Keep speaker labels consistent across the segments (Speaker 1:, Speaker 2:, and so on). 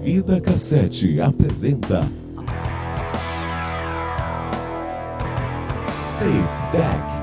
Speaker 1: Vida Cassete apresenta Tape Deck.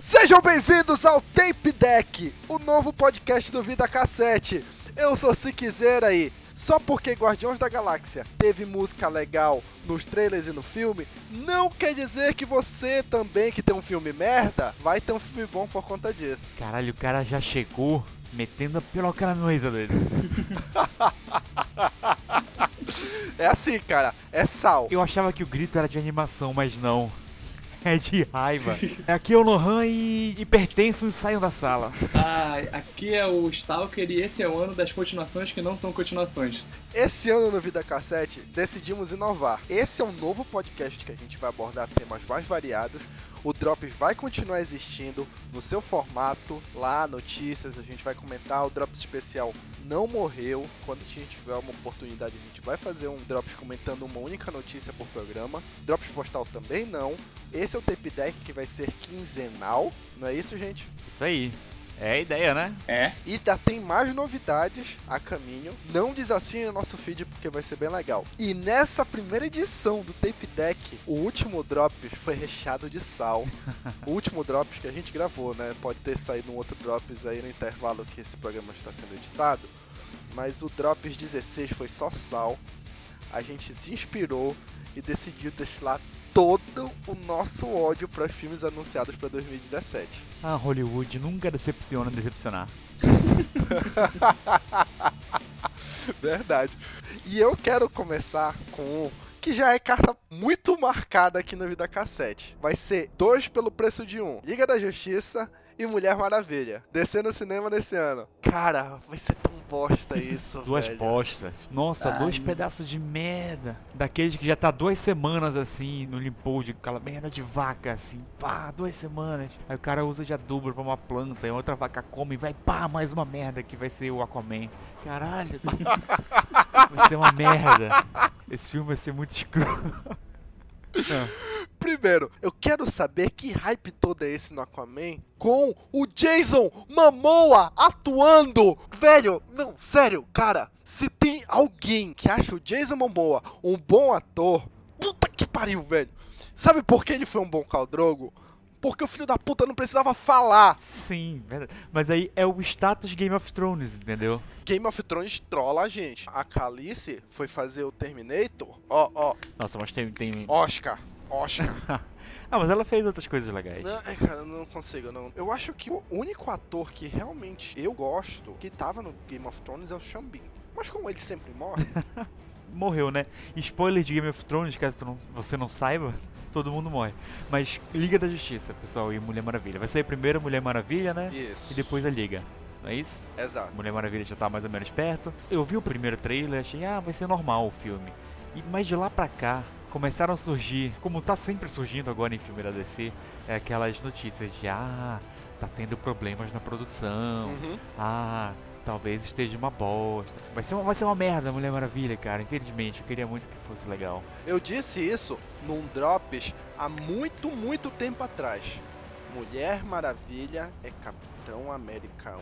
Speaker 2: Sejam bem-vindos ao Tape Deck, o novo podcast do Vida Cassete. Eu sou se quiser aí. Só porque Guardiões da Galáxia teve música legal nos trailers e no filme, não quer dizer que você também que tem um filme merda vai ter um filme bom por conta disso.
Speaker 3: Caralho, o cara já chegou metendo a piroca na mesa doido.
Speaker 2: É assim, cara, é sal.
Speaker 3: Eu achava que o grito era de animação, mas não. É de raiva. Aqui é o Lohan e, e pertençam saiam da sala.
Speaker 4: Ah, aqui é o Stalker e esse é o ano das continuações que não são continuações.
Speaker 2: Esse ano no Vida Cassete decidimos inovar. Esse é um novo podcast que a gente vai abordar temas mais variados. O Drops vai continuar existindo no seu formato, lá notícias, a gente vai comentar. O Drops especial não morreu. Quando a gente tiver uma oportunidade, a gente vai fazer um Drops comentando uma única notícia por programa. Drops postal também não. Esse é o Tape Deck que vai ser quinzenal, não é isso, gente?
Speaker 3: Isso aí. É a ideia, né?
Speaker 4: É?
Speaker 2: E ainda tem mais novidades a caminho. Não desassine nosso feed porque vai ser bem legal. E nessa primeira edição do Tape Deck, o último Drops foi recheado de sal. o último Drops que a gente gravou, né? Pode ter saído um outro Drops aí no intervalo que esse programa está sendo editado. Mas o Drops 16 foi só sal. A gente se inspirou e decidiu destilar todo o nosso ódio para filmes anunciados para 2017.
Speaker 3: Ah, Hollywood nunca decepciona decepcionar.
Speaker 2: Verdade. E eu quero começar com um que já é carta muito marcada aqui no Vida Cassete. Vai ser dois pelo preço de um: Liga da Justiça e Mulher Maravilha. Descer no cinema nesse ano. Cara, vai ser tão bosta isso.
Speaker 3: Duas
Speaker 2: velho.
Speaker 3: postas. Nossa, dois pedaços de merda. Daqueles que já tá duas semanas assim, no limpou de aquela merda de vaca, assim, pá, duas semanas. Aí o cara usa de adubo pra uma planta, e outra vaca come e vai, pá, mais uma merda que vai ser o Aquaman. Caralho. vai ser uma merda. Esse filme vai ser muito escuro.
Speaker 2: Primeiro, eu quero saber que hype todo é esse no Aquaman com o Jason Momoa atuando. Velho, não, sério, cara, se tem alguém que acha o Jason Momoa um bom ator, puta que pariu, velho. Sabe por que ele foi um bom caldrogo? Porque o filho da puta não precisava falar.
Speaker 3: Sim, verdade. Mas aí é o status Game of Thrones, entendeu?
Speaker 2: Game of Thrones trola a gente. A Calice foi fazer o Terminator. Ó, ó,
Speaker 3: Nossa, mas tem. tem...
Speaker 2: Oscar, Oscar.
Speaker 3: ah, mas ela fez outras coisas legais.
Speaker 2: Não, é, cara, eu não consigo, não. Eu acho que o único ator que realmente eu gosto, que tava no Game of Thrones, é o Xambin. Mas como ele sempre morre,
Speaker 3: morreu, né? Spoiler de Game of Thrones, caso tu não- você não saiba, todo mundo morre. Mas Liga da Justiça, pessoal, e Mulher Maravilha. Vai sair primeiro Mulher Maravilha, né?
Speaker 2: isso.
Speaker 3: E depois a Liga. Não é isso?
Speaker 2: Exato.
Speaker 3: Mulher Maravilha já tá mais ou menos perto. Eu vi o primeiro trailer, achei, ah, vai ser normal o filme. E, mas de lá pra cá, começaram a surgir, como tá sempre surgindo agora em filme da DC, é aquelas notícias de, ah, tá tendo problemas na produção.
Speaker 2: Uhum.
Speaker 3: Ah, talvez esteja uma bosta. Vai ser uma, vai ser uma merda, Mulher Maravilha, cara. Infelizmente, eu queria muito que fosse legal.
Speaker 2: Eu disse isso num Drops há muito, muito tempo atrás. Mulher Maravilha é Capitão América 1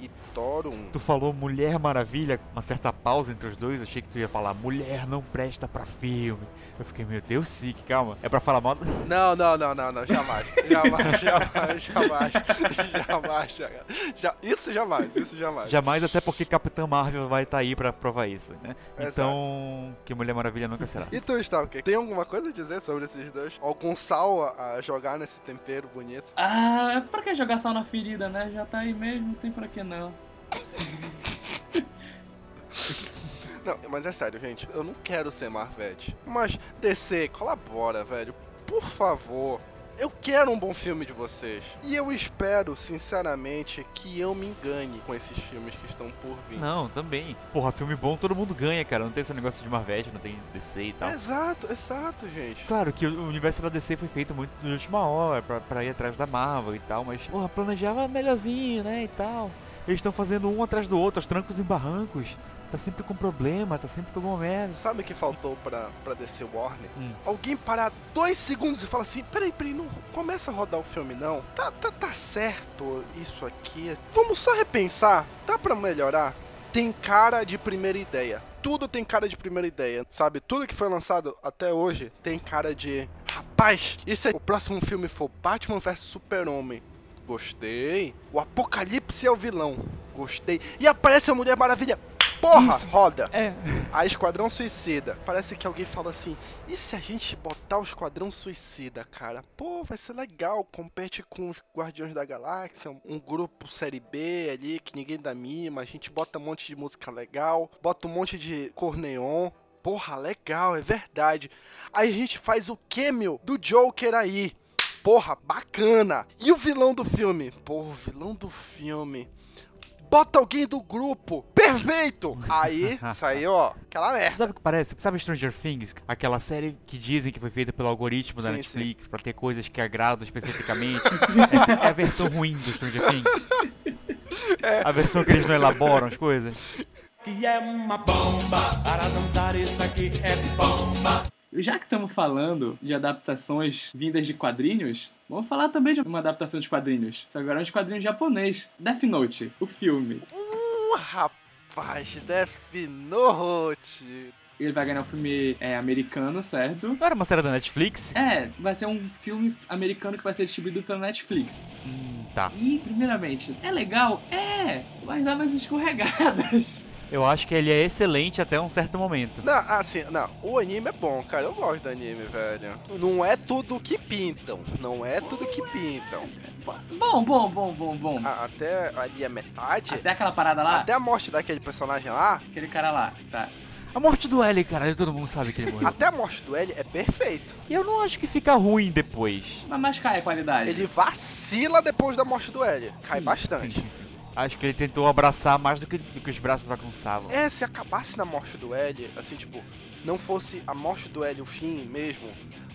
Speaker 2: e Thor 1.
Speaker 3: Tu falou Mulher Maravilha, uma certa pausa entre os dois. Eu achei que tu ia falar Mulher não presta pra filme. Eu fiquei, meu Deus, Sick, calma. É pra falar mal. do-
Speaker 2: Não, não, não, não, não, jamais. Jamais, jamais, jamais. Jamais, jamais. Já- isso jamais, isso jamais.
Speaker 3: Jamais, até porque Capitã Marvel vai estar aí pra provar isso, né?
Speaker 2: Exato.
Speaker 3: Então, que Mulher Maravilha nunca será.
Speaker 2: E tu, Stalker, tem alguma coisa a dizer sobre esses dois? Algum sal a, a jogar nesse tempero bonito?
Speaker 4: Ah, pra que jogar sal na ferida, né? Já tá aí mesmo, não tem pra que não.
Speaker 2: Não, mas é sério, gente, eu não quero ser Marvete. Mas, DC, colabora, velho. Por favor, Eu quero um bom filme de vocês. E eu espero, sinceramente, que eu me engane com esses filmes que estão por vir.
Speaker 3: Não, também. Porra, filme bom todo mundo ganha, cara. Não tem esse negócio de Marvel, não tem DC e tal.
Speaker 2: Exato, exato, gente.
Speaker 3: Claro que o universo da DC foi feito muito de última hora pra, pra ir atrás da Marvel e tal, mas, porra, planejava melhorzinho, né, e tal. Eles estão fazendo um atrás do outro, aos trancos e barrancos. Tá sempre com problema, tá sempre com alguma merda.
Speaker 2: Sabe o que faltou pra, pra descer Warner?
Speaker 3: Hum.
Speaker 2: Alguém parar dois segundos e falar assim: peraí, peraí, não começa a rodar o filme, não. Tá, tá, tá certo isso aqui. Vamos só repensar. Dá pra melhorar? Tem cara de primeira ideia. Tudo tem cara de primeira ideia, sabe? Tudo que foi lançado até hoje tem cara de. Rapaz, e se o próximo filme for Batman vs Super-Homem? Gostei. O Apocalipse é o vilão. Gostei. E aparece a Mulher Maravilha. Porra,
Speaker 3: Isso.
Speaker 2: roda.
Speaker 3: É.
Speaker 2: A Esquadrão Suicida. Parece que alguém fala assim: e se a gente botar o Esquadrão Suicida, cara? Pô, vai ser legal. Compete com os Guardiões da Galáxia, um grupo série B ali que ninguém dá mima. A gente bota um monte de música legal, bota um monte de cor neon. Porra, legal, é verdade. Aí a gente faz o cameo do Joker aí. Porra, bacana. E o vilão do filme? Porra, o vilão do filme. Bota alguém do grupo. Perfeito! Aí saiu, ó, aquela merda.
Speaker 3: Sabe o que parece? Sabe Stranger Things? Aquela série que dizem que foi feita pelo algoritmo da
Speaker 2: Sim,
Speaker 3: Netflix pra ter coisas que agradam especificamente. Essa é a versão ruim do Stranger Things.
Speaker 2: É.
Speaker 3: A versão que eles não elaboram as coisas.
Speaker 5: que é uma bomba. Para dançar isso aqui é bomba.
Speaker 4: Já que estamos falando de adaptações vindas de quadrinhos, vamos falar também de uma adaptação de quadrinhos. Só que agora é um de quadrinhos japonês. Death Note, o filme.
Speaker 2: Uh, rapaz, Death Note.
Speaker 4: Ele vai ganhar um filme é, americano, certo?
Speaker 3: Não era uma série da Netflix?
Speaker 4: É, vai ser um filme americano que vai ser distribuído pela Netflix.
Speaker 3: Hum, tá.
Speaker 4: E, primeiramente, é legal? É! Mas dá umas escorregadas.
Speaker 3: Eu acho que ele é excelente até um certo momento.
Speaker 2: Não, assim, não, o anime é bom, cara. Eu gosto do anime, velho. Não é tudo que pintam. Não é tudo que pintam.
Speaker 4: Bom, bom, bom, bom, bom.
Speaker 2: A- até ali a metade.
Speaker 4: Até aquela parada lá,
Speaker 2: Ah, Até a morte daquele personagem lá,
Speaker 4: aquele cara lá, tá?
Speaker 3: A morte do L, cara, todo mundo sabe que ele
Speaker 4: Uhum.
Speaker 3: morreu.
Speaker 2: até a morte do L é perfeito.
Speaker 3: E eu não acho que fica ruim depois.
Speaker 4: Mas, mas cai a qualidade.
Speaker 2: Ele vacila depois da morte do L. Cai
Speaker 4: É. Sim,
Speaker 3: Sim,
Speaker 2: bastante.
Speaker 3: sim, sim. Acho que ele tentou abraçar mais do que, do que os braços alcançavam.
Speaker 2: É, se acabasse na morte do L, assim, tipo, não fosse a morte do L o fim mesmo,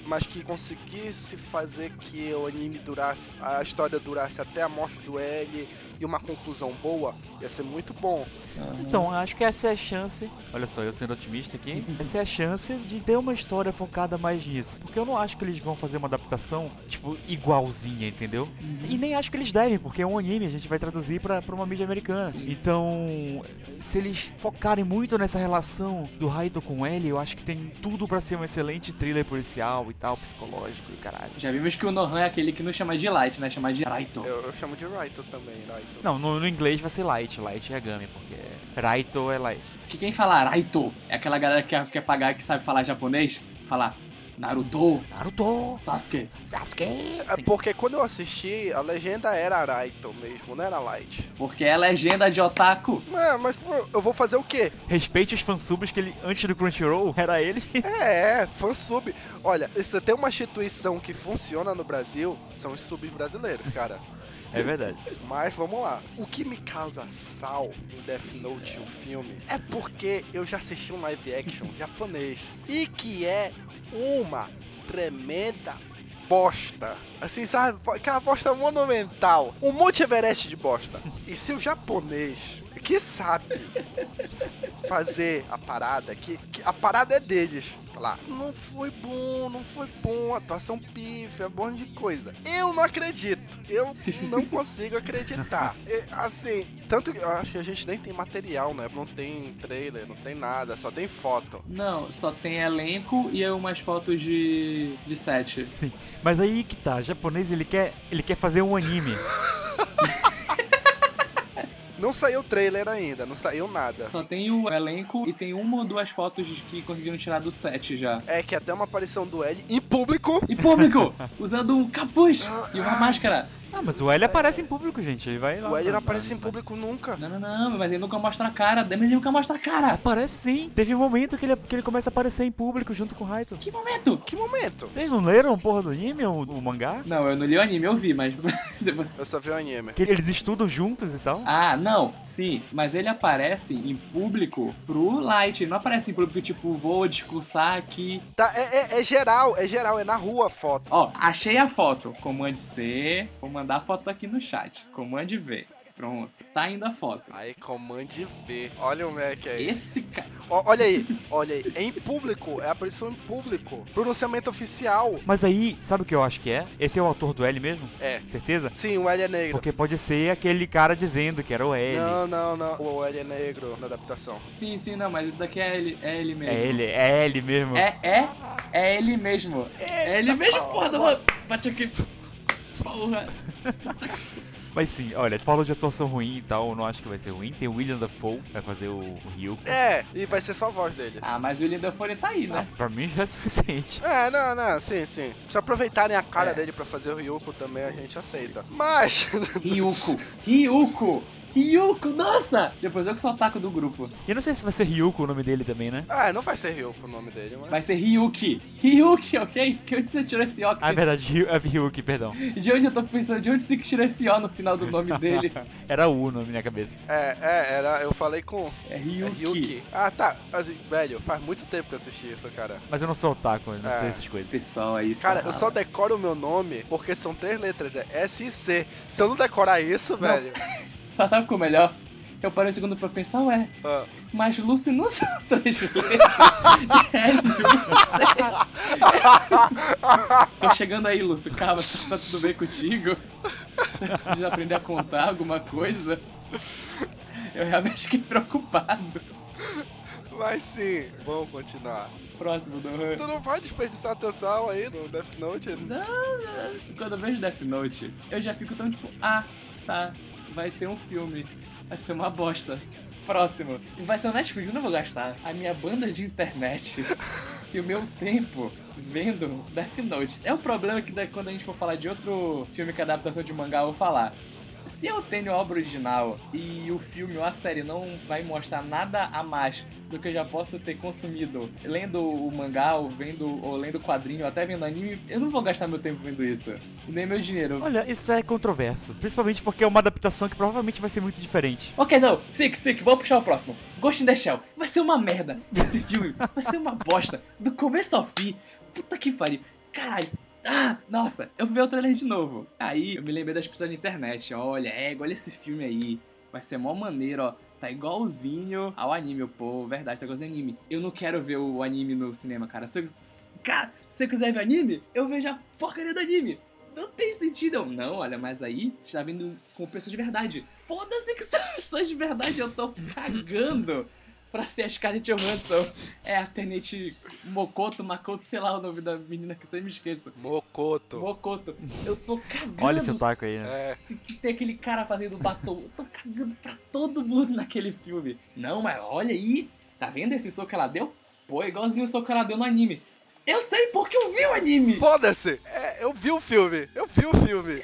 Speaker 2: mas que conseguisse fazer que o anime durasse, a história durasse até a morte do L e uma conclusão boa, ia ser muito bom.
Speaker 3: Então, acho que essa é a chance. Olha só, eu sendo otimista aqui. Essa é a chance de ter uma história focada mais nisso. Porque eu não acho que eles vão fazer uma adaptação, tipo, igualzinha, entendeu? E nem acho que eles devem, porque é um anime, a gente vai traduzir pra, pra uma mídia americana. Então, se eles focarem muito nessa relação do Raito com ele, eu acho que tem tudo pra ser um excelente thriller policial e tal, psicológico e caralho.
Speaker 4: Já vimos que o Nohan é aquele que não chama de Light, né? Chama de Raito.
Speaker 2: Eu, eu chamo de Raito também, Raito.
Speaker 3: Não, no, no inglês vai ser light, light é Gami, porque Raito é light.
Speaker 4: Que quem fala Raito é aquela galera que quer, quer pagar, que sabe falar japonês, falar Naruto,
Speaker 3: Naruto!
Speaker 4: Sasuke.
Speaker 3: Sasuke!
Speaker 2: É porque quando eu assisti, a legenda era Raito mesmo, não era Light.
Speaker 4: Porque é legenda de otaku.
Speaker 2: É, mas pô, eu vou fazer o quê?
Speaker 3: Respeite os fansubs que ele, antes do Crunchyroll, era ele.
Speaker 2: É, fansub. Olha, se tem uma instituição que funciona no Brasil, são os subs brasileiros, cara.
Speaker 3: É verdade.
Speaker 2: Mas vamos lá. O que me causa sal no Death Note, o filme, é porque eu já assisti um live action japonês. E que é uma tremenda bosta. Assim, sabe? Aquela bosta monumental. Um monte Everest de bosta. E se o japonês, que sabe fazer a parada, que, que a parada é deles. Lá. Não foi bom, não foi bom, atuação pífia, bom de coisa. Eu não acredito. Eu não consigo acreditar. É, assim, tanto que eu acho que a gente nem tem material, né? Não tem trailer, não tem nada, só tem foto.
Speaker 4: Não, só tem elenco e é umas fotos de, de set.
Speaker 3: Sim. Mas aí que tá, o japonês ele quer, ele quer fazer um anime.
Speaker 2: Não saiu trailer ainda, não saiu nada.
Speaker 4: Só tem o elenco e tem uma ou duas fotos que conseguiram tirar do set já.
Speaker 2: É que até uma aparição do L em público.
Speaker 4: E público, usando um capuz e uma máscara.
Speaker 3: Ah, mas o L aparece em público, gente. Ele vai lá.
Speaker 2: O L não aparece em público nunca.
Speaker 4: Não, não, não, mas ele nunca mostra a cara. Mas ele nunca mostra a cara.
Speaker 3: Aparece sim. Teve um momento que ele, que ele começa a aparecer em público junto com o Raito.
Speaker 4: Que momento?
Speaker 2: Que momento?
Speaker 3: Vocês não leram porra do anime, o, o mangá?
Speaker 4: Não, eu não li o anime, eu vi, mas. depois-
Speaker 2: Eu só vi o anime.
Speaker 3: Que eles estudam juntos e tal?
Speaker 4: ah, não, sim, mas ele aparece em público pro Light, ele não aparece em público tipo, vou discursar aqui.
Speaker 2: Tá, é, é- é geral, é geral, é na rua a foto.
Speaker 4: Ó, achei a foto. Comande C, vou mandar a foto aqui no chat. Comande V. Pronto, tá indo a foto.
Speaker 2: Aí, comande V. Olha o Mac aí.
Speaker 4: Esse cara.
Speaker 2: Ó, olha aí, olha aí. É em público, é aparição em público. Pronunciamento oficial.
Speaker 3: Mas aí, sabe o que eu acho que é? Esse é o autor do L mesmo?
Speaker 2: É.
Speaker 3: Certeza?
Speaker 2: Sim, o L é negro.
Speaker 3: Porque é pode ser aquele cara dizendo que era o L.
Speaker 2: Não, não, não. O L é negro na adaptação.
Speaker 4: Sim, sim, não, mas isso daqui é ele, é ele mesmo.
Speaker 3: É ele, é L mesmo.
Speaker 4: É, é, é ele mesmo. É ele mesmo, porra, não, bate aqui. Porra.
Speaker 3: Mas sim, olha, falou de atuação ruim e tal, eu não acho que vai ser ruim. Tem o William Dafoe, vai fazer o, o Rio.
Speaker 2: É, e vai ser só a voz dele.
Speaker 4: Ah, mas o Lindelfone tá aí, né?
Speaker 3: Pra mim já é suficiente.
Speaker 2: É, não, não, sim, sim. Se aproveitarem a cara
Speaker 4: É.
Speaker 2: dele pra fazer o Ryuko também, a gente aceita. Mas,
Speaker 4: Ryuko, Ryuko, Ryuko, nossa! Depois eu que sou o taco do grupo.
Speaker 3: E eu não sei se vai ser Ryuko o nome dele também, né?
Speaker 2: ah, não vai ser Ryuko o nome dele, mas...
Speaker 4: Vai ser Ryuki. Ryuki, ok? Que onde você tirou esse O?
Speaker 3: Ah, é verdade, Ryu, é Ryuki, perdão.
Speaker 4: De onde eu tô pensando? De onde você que tirou esse O no final do nome dele?
Speaker 3: Era U na minha cabeça.
Speaker 2: É, é, era, eu falei com
Speaker 4: É
Speaker 2: é
Speaker 4: Ryuki.
Speaker 2: Ryuki. Ah, tá, assim, velho, faz muito tempo que eu assisti isso, cara.
Speaker 3: Mas eu não sou otaku, eu não
Speaker 2: É,
Speaker 3: sei essas
Speaker 4: Esse
Speaker 3: coisas.
Speaker 4: pessoal aí.
Speaker 2: Cara,
Speaker 4: tá
Speaker 2: eu só decoro o meu nome porque são três letras, é S e C. Se eu não decorar isso, velho...
Speaker 4: Só sabe o melhor? Eu parei um segundo pra pensar, ué,
Speaker 2: Ah,
Speaker 4: mas Lúcio não são três letras. É Lúcio. Tô chegando aí, Lúcio. Calma, tá tudo bem contigo? Tá precisando aprender a contar alguma coisa? Eu realmente fiquei preocupado.
Speaker 2: mas sim, vamos continuar.
Speaker 4: Próximo do...
Speaker 2: Tu não pode desperdiçar atenção aí no Death Note?
Speaker 4: Não, não. Quando eu vejo Death Note, eu já fico tão tipo, ah, tá, vai ter um filme, vai ser uma bosta. Próximo. Vai ser o Netflix, eu não vou gastar a minha banda de internet e o meu tempo vendo Death Note. É o problema que daí quando a gente for falar de outro filme que é adaptação de mangá, eu vou falar. Se eu tenho a obra original e o filme ou a série não vai mostrar nada a mais do que eu já posso ter consumido lendo o mangá ou vendo ou lendo quadrinho, ou até vendo anime, eu não vou gastar meu tempo vendo isso. Nem meu dinheiro.
Speaker 3: Olha, isso é controverso. Principalmente porque é uma adaptação que provavelmente vai ser muito diferente.
Speaker 4: Ok, não. Sick, sick, vamos puxar o próximo. Ghost in the Shell. Vai ser uma merda esse filme. Vai ser uma bosta. Do começo ao fim. Puta que pariu. Caralho. Ah, nossa, eu vi o trailer de novo. Aí eu me lembrei das pessoas na internet. Olha, é, olha esse filme aí. Vai ser mó maneiro, ó. Tá igualzinho ao anime, eu, pô, verdade, tá igualzinho ao anime. Eu não quero ver o anime no cinema, cara. Se eu, cara, se eu quiser ver anime, eu vejo a porcaria do anime. Não tem sentido. Eu, não, olha, mas aí você tá vindo com pessoas de verdade. Foda-se que são pessoas de verdade, eu tô cagando pra ser a Scarlett Johansson. É a Tenente Mokoto, Makoto, sei lá o nome da menina que eu sempre me esqueço.
Speaker 2: Mocoto.
Speaker 4: Mokoto. Eu tô cagando.
Speaker 3: Olha esse taco aí, né?
Speaker 2: É,
Speaker 4: que tem aquele cara fazendo batom. Eu tô cagando pra todo mundo naquele filme. Não, mas olha aí. Tá vendo esse soco que ela deu? Pô, é igualzinho o soco que ela deu no anime. Eu sei porque eu vi o anime.
Speaker 2: Foda-se! É, eu vi o filme! Eu vi o filme!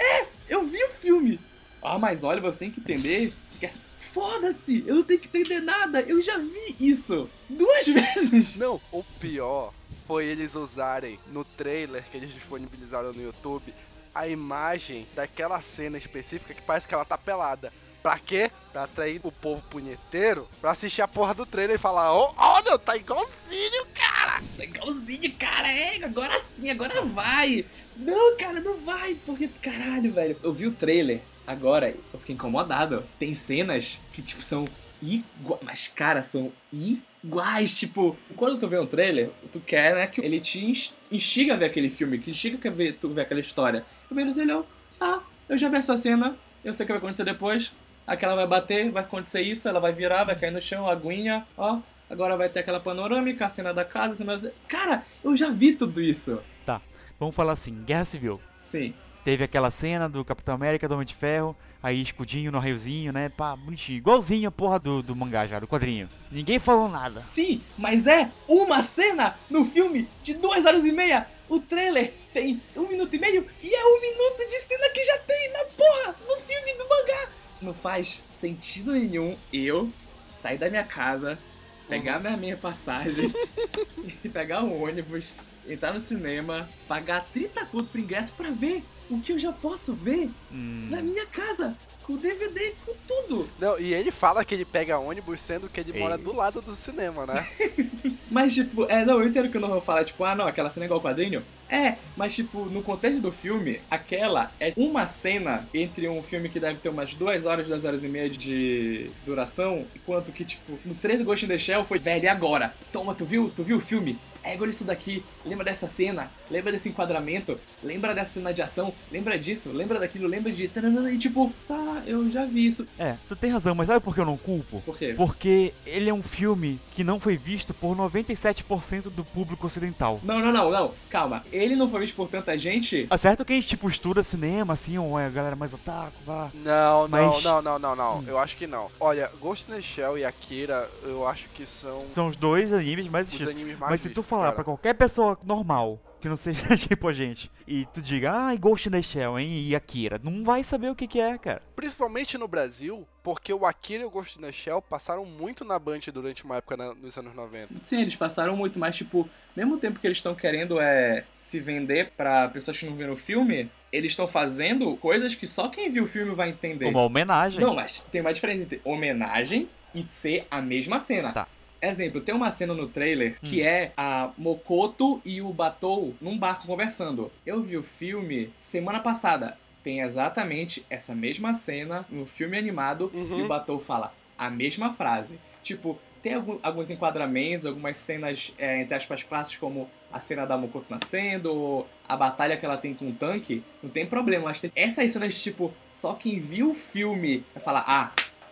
Speaker 4: Eu vi o filme. Ah, mas olha, você tem que entender que essa... Foda-se! Eu não tenho que entender nada! Eu já vi isso! Duas vezes!
Speaker 2: Não, o pior foi eles usarem no trailer que eles disponibilizaram no YouTube a imagem daquela cena específica que parece que ela tá pelada. Pra quê? Pra atrair o povo punheteiro pra assistir a porra do trailer e falar: oh, olha, tá igualzinho, cara!
Speaker 4: Legalzinho, cara! É, agora sim, agora vai! Não, cara, não vai! Porque, caralho, velho! Eu vi o trailer agora, eu fiquei incomodado. Tem cenas que, tipo, são iguais. Mas, cara, são iguais. Tipo, quando tu vê um trailer, tu quer, né, que ele te ins- instiga a ver aquele filme, que instiga a ver, tu ver aquela história. Eu vejo o trailer, eu, ah, eu já vi essa cena, eu sei o que vai acontecer depois. Aquela vai bater, vai acontecer isso, ela vai virar, vai cair no chão, aguinha, ó. Agora vai ter aquela panorâmica, a cena da casa, a cena da- Cara, eu já vi tudo isso.
Speaker 3: Vamos falar assim, Guerra Civil.
Speaker 4: Sim.
Speaker 3: Teve aquela cena do Capitão América, do Homem de Ferro, aí escudinho no raiozinho, né? Pá, bonitinho. Igualzinho a porra do, do mangá já, do quadrinho. Ninguém falou nada.
Speaker 4: Sim, mas é uma cena no filme de duas horas e meia. O trailer tem um minuto e meio e é um minuto de cena que já tem na porra faz sentido nenhum eu sair da minha casa, pegar minha meia passagem, e pegar um ônibus, entrar no cinema, pagar 30 conto pro ingresso pra ver o que eu já posso ver
Speaker 3: Hum.
Speaker 4: na minha casa, com DVD, com tudo.
Speaker 2: Não, e ele fala que ele pega ônibus, sendo que ele mora
Speaker 3: Ei.
Speaker 2: do lado do cinema, né?
Speaker 4: Mas, tipo, é, não, eu entendo que eu não vou falar, tipo, ah, não, aquela cena é igual ao quadrinho. É, mas, tipo, no contexto do filme, aquela é uma cena entre um filme que deve ter umas duas horas, duas horas e meia de duração, enquanto que, tipo, no trailer do Ghost in the Shell foi, velho, e agora? Toma, tu viu? Tu viu o filme? Pega olha isso daqui, lembra dessa cena, lembra desse enquadramento, lembra dessa cena de ação, lembra disso, lembra daquilo, lembra de. E tipo, tá, eu já vi isso.
Speaker 3: É, tu tem razão, mas sabe por que eu não culpo?
Speaker 4: Por quê?
Speaker 3: Porque ele é um filme que não foi visto por 97% do público ocidental.
Speaker 4: Não, não, não, não, calma. Ele não foi visto por tanta gente
Speaker 3: Tá certo que a gente, tipo, estuda cinema, assim, ou é a galera mais otaku, blá.
Speaker 2: Não, não,
Speaker 3: Mas-
Speaker 2: não, não, não, não. Eu acho que não. Olha, Ghost in the Shell e Akira, eu acho que são
Speaker 3: São os dois animes mais
Speaker 2: os
Speaker 3: assistidos.
Speaker 2: animes mais
Speaker 3: Mas se tu
Speaker 2: vistos,
Speaker 3: falar
Speaker 2: cara.
Speaker 3: pra qualquer pessoa normal, que não seja tipo a gente, e tu diga, ah, e Ghost in the Shell, hein, e Akira, não vai saber o que que é, cara.
Speaker 2: Principalmente no Brasil, porque o Akira e o Ghost in the Shell passaram muito na Band durante uma época na- nos anos 90.
Speaker 4: Sim, eles passaram muito, mas tipo, mesmo tempo que eles estão querendo é se vender pra pessoas que não viram o filme, eles estão fazendo coisas que só quem viu o filme vai entender.
Speaker 3: Uma homenagem.
Speaker 4: Não, mas tem uma diferença entre homenagem e ser a mesma cena.
Speaker 3: Tá.
Speaker 4: Exemplo, tem uma cena no trailer que é a Mokoto e o Batou num barco conversando. Eu vi o filme semana passada. Tem exatamente essa mesma cena no filme animado
Speaker 2: Uhum.
Speaker 4: e o Batou fala a mesma frase. Tipo, tem algum- alguns enquadramentos, algumas cenas, é, entre aspas, clássicas, como a cena da Mokoto nascendo, ou a batalha que ela tem com o tanque, não tem problema. Mas tem essas cenas, tipo, só quem viu o filme vai falar, ah,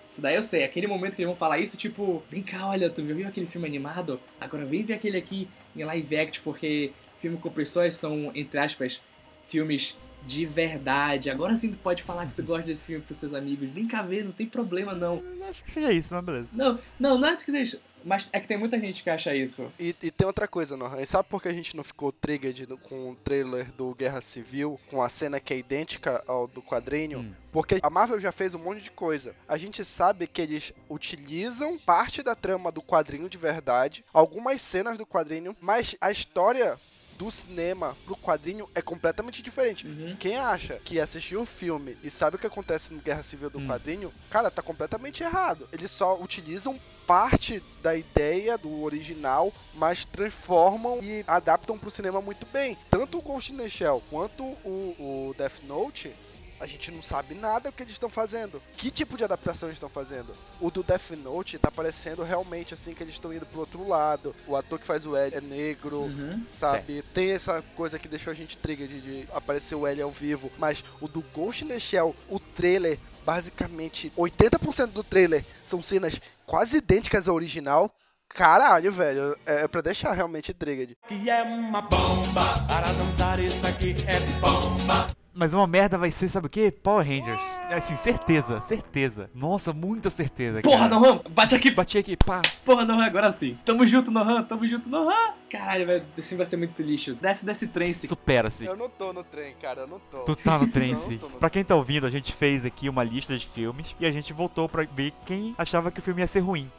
Speaker 4: isso daí eu sei. Aquele momento que eles vão falar isso, tipo, vem cá, olha, tu viu aquele filme animado? Agora vem ver aquele aqui em live act, porque filme com pessoas são, entre aspas, filmes de verdade. Agora sim tu pode falar que tu gosta desse filme pros teus amigos. Vem cá ver, não tem problema não.
Speaker 3: Eu Acho que seja isso, mas beleza.
Speaker 4: Não, não, não é que deixa. Mas é que tem muita gente que acha isso.
Speaker 2: E, e tem outra coisa, Nohan. E sabe por que a gente não ficou triggered no- com o trailer do Guerra Civil, com a cena que é idêntica ao do quadrinho?
Speaker 3: Hum.
Speaker 2: Porque a Marvel já fez um monte de coisa. A gente sabe que eles utilizam parte da trama do quadrinho de verdade, algumas cenas do quadrinho, mas a história do cinema pro quadrinho é completamente diferente.
Speaker 4: Uhum.
Speaker 2: Quem acha que assistiu o filme e sabe o que acontece no Guerra Civil do
Speaker 3: Hum.
Speaker 2: quadrinho, cara, tá completamente errado. Eles só utilizam parte da ideia do original, mas transformam e adaptam pro cinema muito bem. Tanto o Ghost in the Shell quanto o, o Death Note, a gente não sabe nada o que eles estão fazendo. Que tipo de adaptação eles estão fazendo? O do Death Note tá parecendo realmente assim que eles estão indo pro outro lado. O ator que faz o L é negro
Speaker 4: Uhum.
Speaker 2: sabe? Tem essa coisa que deixou a gente trigger de, de aparecer o L ao vivo, mas o do Ghost in the Shell, o trailer, basicamente 80% do trailer são cenas quase idênticas ao original. Caralho, velho, é, é pra deixar realmente triggered.
Speaker 5: Que é uma bomba para dançar isso aqui é bomba.
Speaker 3: Mas uma merda vai ser, sabe o quê? Power Rangers. Assim, certeza, certeza. Nossa, muita certeza,
Speaker 4: Porra,
Speaker 3: cara.
Speaker 4: Nohan! Bate aqui!
Speaker 3: Bati aqui, pá.
Speaker 4: Porra, Nohan, agora sim. Tamo junto, Nohan! Tamo junto, Nohan! Caralho, velho, esse filme vai ser muito lixo. Desce, desce trem, sim.
Speaker 3: Supera-se.
Speaker 2: Eu não tô no trem, cara, eu não tô.
Speaker 3: Tu tá no trem,
Speaker 2: Eu
Speaker 3: sim.
Speaker 2: tô no-
Speaker 3: Pra quem tá ouvindo, a gente fez aqui uma lista de filmes e a gente voltou pra ver quem achava que o filme ia ser ruim.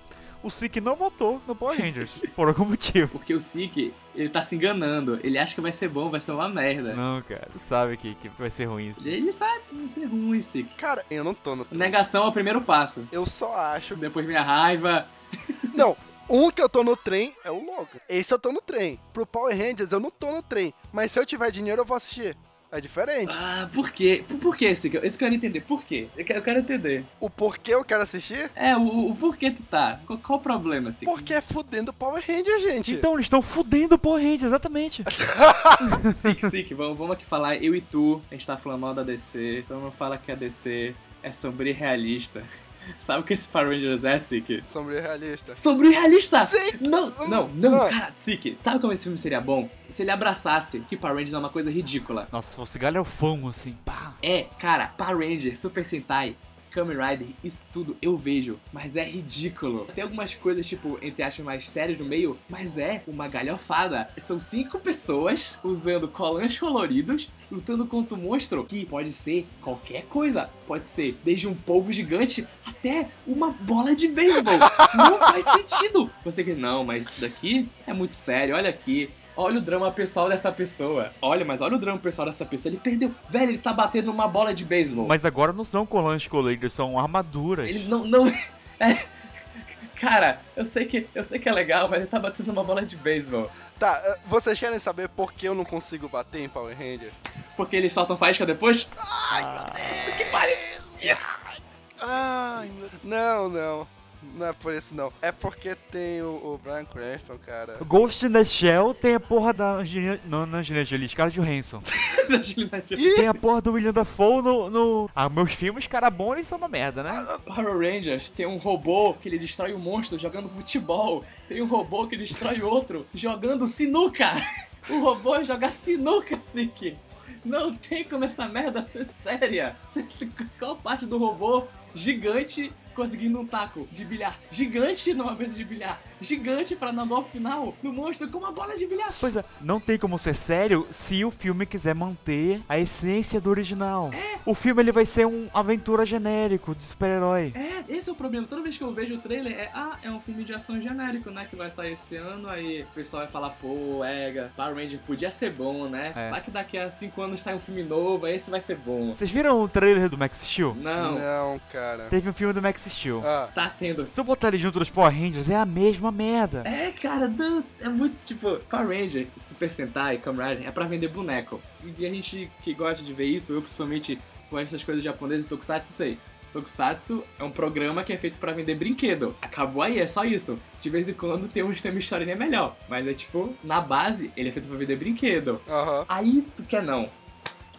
Speaker 3: O Sick não votou no Power Rangers, por algum motivo.
Speaker 4: Porque o Sik, ele tá se enganando. Ele acha que vai ser bom, vai ser uma merda.
Speaker 3: Não, cara, tu sabe que, que vai ser ruim assim. isso.
Speaker 4: Ele sabe que vai ser ruim, Sik.
Speaker 2: Cara, eu não tô no trem.
Speaker 4: Negação é o primeiro passo.
Speaker 2: Eu só acho.
Speaker 4: Depois vem a raiva.
Speaker 2: Não, um que eu tô no trem é o Logan. Esse eu tô no trem. Pro Power Rangers eu não tô no trem. Mas se eu tiver dinheiro eu vou assistir. É diferente.
Speaker 4: Ah, por quê? Por, por quê, Sik? Isso que eu quero entender. Por quê? Eu quero, eu quero entender.
Speaker 2: O porquê eu quero assistir?
Speaker 4: É, o, o porquê tu tá? Qual, qual o problema, Sik?
Speaker 2: Porque é fudendo Power Ranger, gente.
Speaker 3: Então, eles estão fudendo o Power Rangers, exatamente.
Speaker 4: Sick, sick, vamos, vamos aqui falar, eu e tu, a gente tá falando mal da DC, todo mundo fala que a DC é sombrio e realista. Sabe o que esse Power Rangers é, Sick?
Speaker 2: Sombrio realista.
Speaker 4: Sombrio e realista!
Speaker 2: Sim!
Speaker 4: Não, não, não,
Speaker 2: Ah.
Speaker 4: cara, Sick, sabe como esse filme seria bom? Se se ele abraçasse que Power Rangers é uma coisa ridícula.
Speaker 3: Nossa, o cigalho é o fão, assim, pá.
Speaker 4: É, cara, Power Ranger, Super Sentai Kamen Rider, isso tudo eu vejo, mas é ridículo. Tem algumas coisas, tipo, entre aspas, mais sérias no meio, mas é uma galhofada. São cinco pessoas usando colãs coloridos, lutando contra um monstro que pode ser qualquer coisa. Pode ser desde um polvo gigante até uma bola de beisebol. Não faz sentido. Você que, não, mas isso daqui é muito sério, olha aqui. Olha o drama pessoal dessa pessoa. Olha, mas olha o drama pessoal dessa pessoa. Ele perdeu. Velho, ele tá batendo numa bola de beisebol.
Speaker 3: Mas agora não são colãs coloridos, são armaduras.
Speaker 4: Ele não. não é. Cara, eu sei, que, eu sei que é legal, mas ele tá batendo uma bola de beisebol.
Speaker 2: Tá, eh, vocês querem saber por que eu não consigo bater em Power Ranger?
Speaker 4: Porque eles soltam faísca depois? Ai, meu Deus! Que pariu! Isso!
Speaker 2: Ai, meu... Não, não. Não é por isso, não. É porque tem o, o Brian Cranston, cara.
Speaker 3: Ghost in the Shell tem a porra da Angelina... Não, não Angelina Jolie, Scarlett Johansson.
Speaker 4: Da Angelina Jolie.
Speaker 2: Ih,
Speaker 3: Tem a porra do William Dafoe no... no... Ah, meus filmes, cara, bons, eles são uma merda, né?
Speaker 4: Power Rangers tem um robô que ele destrói um monstro jogando futebol. Tem um robô que destrói outro jogando sinuca. O robô joga sinuca, Siki. Não tem como essa merda ser séria. Qual parte do robô gigante conseguindo um taco de bilhar? Gigante numa mesa de bilhar. Gigante pra não golpe final no monstro com uma bola de bilhar.
Speaker 3: Pois é, não tem como ser sério se o filme quiser manter a essência do original. O filme ele vai ser um aventura genérico de super-herói.
Speaker 4: É, esse é o problema. Toda vez que eu vejo o trailer, é ah, é um filme de ação genérico, né? Que vai sair esse ano, aí o pessoal vai falar, pô, Ega, Power Ranger podia ser bom, né?
Speaker 3: É.
Speaker 4: Vai que daqui a cinco anos sai um filme novo, aí esse vai ser bom.
Speaker 3: Vocês viram o trailer do Max Steel?
Speaker 4: Não,
Speaker 2: Não, cara.
Speaker 3: Teve um filme do Max Steel.
Speaker 2: Ah,
Speaker 4: tá tendo.
Speaker 3: Se tu botar ele junto dos Power Rangers, é a mesma merda.
Speaker 4: É, cara, não, é muito tipo. Power Ranger, Super Sentai, Kamen Rider, é pra vender boneco. E a gente que gosta de ver isso, eu principalmente com essas coisas japonesas, Tokusatsu, sei. Tokusatsu é um programa que é feito pra vender brinquedo. Acabou aí, é só isso. De vez em quando tem, uns, tem uma historinha melhor. Mas é tipo, na base, ele é feito pra vender brinquedo.
Speaker 2: aham.
Speaker 4: Aí tu quer não.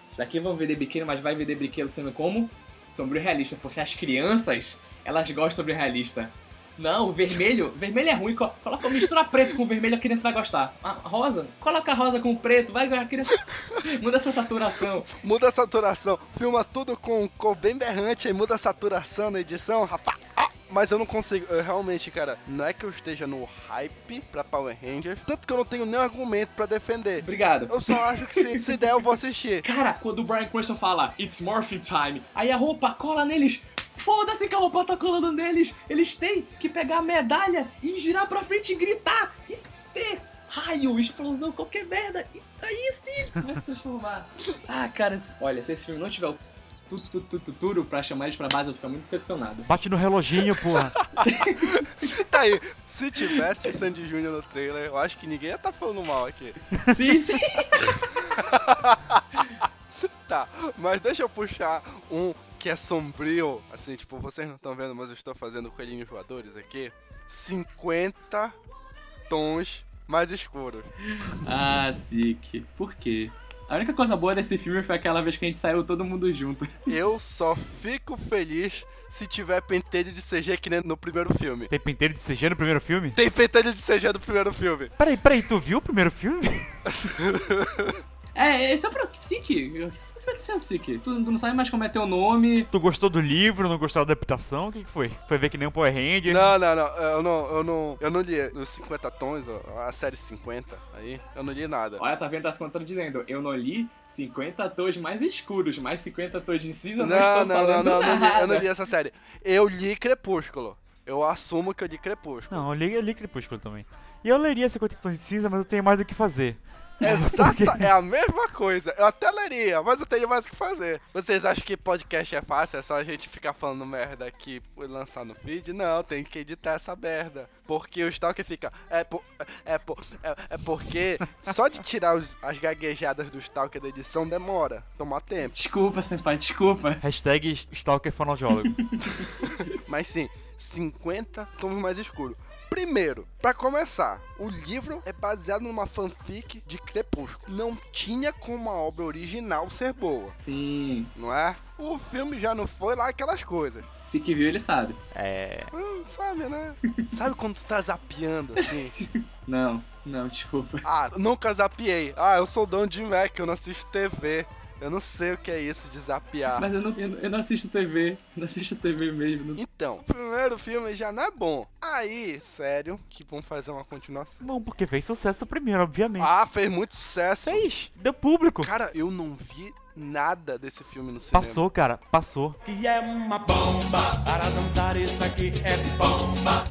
Speaker 4: Isso daqui vão vender brinquedo, mas vai vender brinquedo sendo como? Sombrio realista, porque as crianças, elas gostam de sombrio realista. Não, vermelho, vermelho é ruim, co- coloca mistura preto com vermelho, a criança vai gostar. A rosa, coloca a rosa com preto, vai a criança. Muda essa saturação.
Speaker 2: Muda a saturação. Filma tudo com um cor bem berrante e muda a saturação na edição, rapaz. Ah, Mas eu não consigo, eu realmente, cara, não é que eu esteja no hype pra Power Rangers, tanto que eu não tenho nenhum argumento pra defender.
Speaker 4: Obrigado.
Speaker 2: Eu só acho que se, se der eu vou assistir.
Speaker 4: Cara, quando o Brian Cranston fala It's Morphin Time, aí a roupa cola neles. Foda-se que a roupa tá colando neles. Eles têm que pegar a medalha e girar pra frente e gritar. E ter raio, explosão, qualquer merda. E aí sim vai se transformar. Ah, cara, olha, se esse filme não tiver o tu- tu- tu- tu- turo pra chamar eles pra base, eu vou ficar muito decepcionado.
Speaker 3: Bate no reloginho, porra.
Speaker 2: Tá aí, se tivesse Sandy Júnior no trailer, eu acho que ninguém ia tá falando mal aqui.
Speaker 4: Sim, sim.
Speaker 2: Tá, mas deixa eu puxar um que é sombrio. Assim, tipo, vocês não estão vendo, mas eu estou fazendo coelhinhos voadores aqui. 50 tons mais escuros.
Speaker 4: Ah, Sick. Por quê? A única coisa boa desse filme foi aquela vez que a gente saiu todo mundo junto.
Speaker 2: Eu só fico feliz se tiver pentelho de CG que nem no primeiro filme.
Speaker 3: Tem penteiro de CG no primeiro filme?
Speaker 2: Tem pentelho de CG do primeiro filme.
Speaker 3: Peraí, peraí, tu viu o primeiro filme?
Speaker 4: É, esse é o pro... Sick. O que aconteceu, Sick? Tu, tu não sabe mais como é teu nome.
Speaker 3: Tu gostou do livro, não gostou da adaptação? O que, que foi? Foi ver que nem o Power Ranger?
Speaker 2: Não, não, não. Eu não, eu não, eu não li os 50 tons, ó, a série 50 aí. Eu não li nada.
Speaker 4: Olha, tá vendo? Tá se contradizendo. Eu não li 50 tons mais escuros, mais 50 tons de cinza, eu não,
Speaker 2: Não,
Speaker 4: estou
Speaker 2: não, não,
Speaker 4: falando
Speaker 2: não, não li-
Speaker 4: nada.
Speaker 2: eu não li essa série. Eu li Crepúsculo. Eu assumo que eu li Crepúsculo.
Speaker 3: Não, eu li, eu li Crepúsculo também. E eu leria 50 tons de cinza, mas eu tenho mais o que fazer.
Speaker 2: Exata, é a mesma coisa. Eu até leria, mas eu tenho mais o que fazer. Vocês acham que podcast é fácil? É só a gente ficar falando merda aqui e lançar no feed? Não, tem que editar essa merda. Porque o Stalker fica. É, por, é, por, é, é porque só de tirar os- as gaguejadas do Stalker da edição demora. Toma tempo.
Speaker 4: Desculpa, senpai, desculpa.
Speaker 3: Hashtag Stalker Fonoaudiólogo.
Speaker 2: Mas sim, 50 tons mais escuro. Primeiro, pra começar, o livro é baseado numa fanfic de Crepúsculo. Não tinha como a obra original ser boa.
Speaker 4: Sim,
Speaker 2: não é? O filme já não foi lá aquelas coisas.
Speaker 4: se que viu, ele sabe.
Speaker 3: é.
Speaker 2: Hum, sabe, né? Sabe quando tu tá zapeando assim?
Speaker 4: Não, não, desculpa.
Speaker 2: Ah, nunca zapiei. Ah, eu sou dono de Mac, eu não assisto TV. Eu não sei o que é isso de zapear.
Speaker 4: Mas eu não, eu, não- eu não assisto TV. Não assisto TV mesmo. Não...
Speaker 2: Então, o primeiro filme já não é bom. Aí, sério, que vão fazer uma continuação.
Speaker 3: Bom, porque fez sucesso primeiro, obviamente.
Speaker 2: Ah, fez muito sucesso.
Speaker 3: Fez, deu público.
Speaker 2: Cara, eu não vi nada desse filme no cinema.
Speaker 3: Passou, cara, passou.
Speaker 5: Que é uma bomba para dançar, isso aqui é bomba.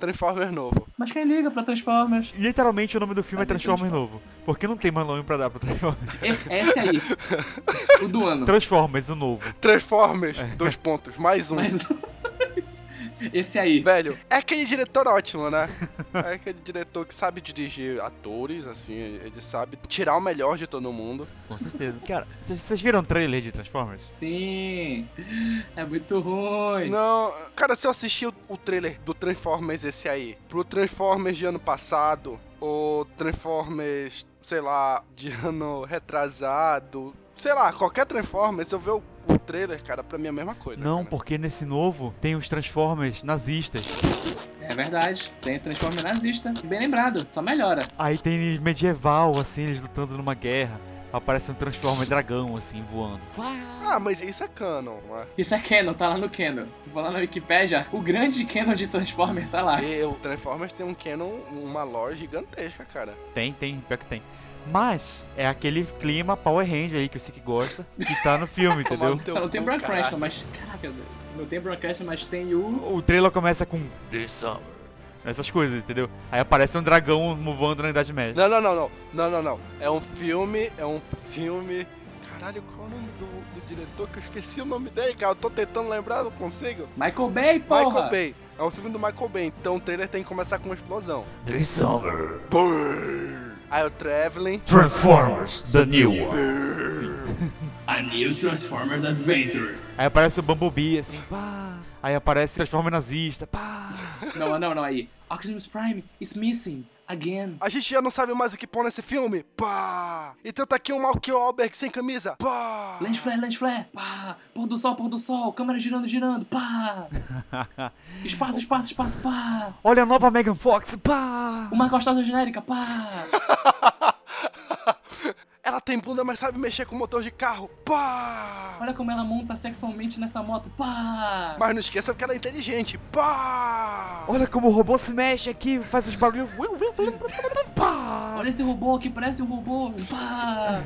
Speaker 2: Transformer novo.
Speaker 4: Mas quem liga pra Transformers?
Speaker 3: Literalmente o nome do filme é
Speaker 4: Cadê
Speaker 3: Transformers Novo. Porque não tem mais nome pra dar pro Transformers.
Speaker 4: É, é esse aí. O do ano.
Speaker 3: Transformers, o novo.
Speaker 2: Transformers, dois pontos, mais um.
Speaker 4: Mas. Esse aí.
Speaker 2: Velho, é aquele diretor ótimo, né? É aquele diretor que sabe dirigir atores, assim, ele sabe tirar o melhor de todo mundo.
Speaker 3: Com certeza. Cara, vocês vocês viram o trailer de Transformers?
Speaker 4: Sim. É muito ruim.
Speaker 2: Não, cara, se eu assistir o- o trailer do Transformers esse aí, pro Transformers de ano passado, ou Transformers, sei lá, de ano retrasado, sei lá, qualquer Transformers, eu ver o, o trailer, cara, pra mim é a mesma coisa.
Speaker 3: Não,
Speaker 2: cara.
Speaker 3: porque nesse novo tem os Transformers nazistas.
Speaker 4: É verdade. Tem Transformers nazista. Bem lembrado. Só melhora.
Speaker 3: Aí tem medieval, assim, eles lutando numa guerra. Aparece um Transformer dragão, assim, voando.
Speaker 2: Ah, mas isso é canon, né?
Speaker 4: Isso é Canon, tá lá no Canon. Tu vai lá na Wikipédia, o grande Canon de Transformers tá
Speaker 3: Ah.
Speaker 4: lá.
Speaker 2: E o Transformers tem um canon, uma lore gigantesca, cara.
Speaker 3: Tem, tem, pior que tem. Mas é aquele clima Power Ranger aí que eu sei que gosta, que tá no filme,
Speaker 2: Tomar no
Speaker 3: entendeu?
Speaker 2: teu
Speaker 4: Só não tem
Speaker 2: cu,
Speaker 4: Brad
Speaker 2: caralho.
Speaker 4: Crash, mas. Caraca, não tem Brad Crash, mas tem o.
Speaker 3: O trailer começa com The Summer. Essas coisas, entendeu? Aí aparece um dragão voando na Idade Média.
Speaker 2: Não, não, não, não. Não, não, não. É um filme, é um filme. Caralho, qual é o nome do, do diretor que eu esqueci o nome dele, cara? Eu tô tentando lembrar, não consigo.
Speaker 4: Michael Bay, porra!
Speaker 2: Michael Bay. É um filme do Michael Bay, então o trailer tem que começar com uma explosão.
Speaker 6: The Summer
Speaker 2: Aí o Traveling.
Speaker 6: Transformers The New One.
Speaker 4: A New Transformers Adventure.
Speaker 3: Aí aparece o Bumblebee, assim, pá. Aí aparece o Transformer nazista, pá.
Speaker 4: Não, não, não, aí. Optimus Prime is missing again.
Speaker 2: A gente já não sabe mais o que pôr nesse filme. Pá! Então tá aqui um Malkiel Alberg sem camisa. Pá!
Speaker 4: Lens flare, lens flare, pá! Pôr do sol, pôr do sol, câmera girando, girando, pá! Espaço, espaço, espaço, pá!
Speaker 3: Olha a nova Megan Fox, pá.
Speaker 4: Uma gostosa genérica, pá!
Speaker 2: Ela tem bunda, mas sabe mexer com motor de carro. Pá!
Speaker 4: Olha como ela monta sexualmente nessa moto, pá!
Speaker 2: Mas não esqueça que ela é inteligente. Pá!
Speaker 3: Olha como o robô se mexe aqui, faz os barulhos. Pá.
Speaker 4: Olha esse robô que parece um robô, pá!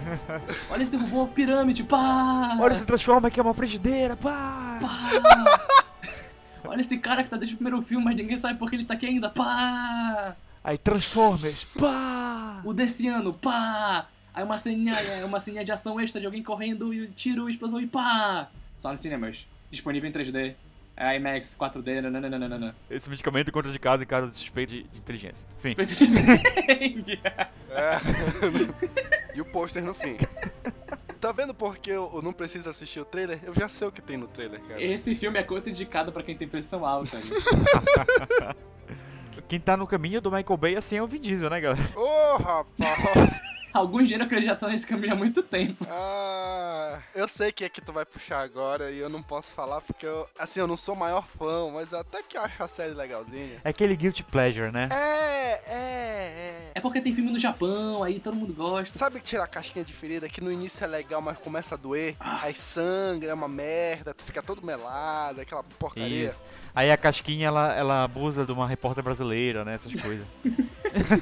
Speaker 4: Olha esse robô pirâmide, pá!
Speaker 3: Olha esse Transformer que é uma frigideira, pá.
Speaker 4: pá! Olha esse cara que tá desde o primeiro filme, mas ninguém sabe por que ele tá aqui ainda, pá!
Speaker 3: Aí Transformers, pá.
Speaker 4: O desse ano, pá! Aí uma ceninha, é, uma ceninha de ação extra de alguém correndo e o tiro, explosão e pá! Só nos cinemas. Disponível em 3D. é, IMAX, 4D, nananana.
Speaker 3: Esse medicamento encontra de casa em casa de suspeito de de inteligência. Sim.
Speaker 2: É. E o pôster no fim. Tá vendo por que eu eu não preciso assistir o trailer? Eu já sei o que tem no trailer, cara.
Speaker 4: Esse filme é contraindicado pra quem tem pressão alta. né?
Speaker 3: Quem tá no caminho do Michael Bay assim é o Vin Diesel, né, galera?
Speaker 2: Ô, rapaz!
Speaker 4: Alguns gêneros que ele já tá nesse caminho há muito tempo.
Speaker 2: Ah, eu sei que é que tu vai puxar agora e eu não posso falar porque eu, assim, eu não sou o maior fã, mas até que eu acho a série legalzinha.
Speaker 3: É aquele guilty pleasure, né?
Speaker 2: É, é, é.
Speaker 4: É porque tem filme no Japão, aí todo mundo gosta.
Speaker 2: Sabe que tirar a casquinha de ferida que no início é legal, mas começa a doer? Aí sangra, é uma merda, tu fica todo melado, aquela porcaria.
Speaker 3: Isso. Aí a casquinha ela, ela abusa de uma repórter brasileira, né? Essas coisas.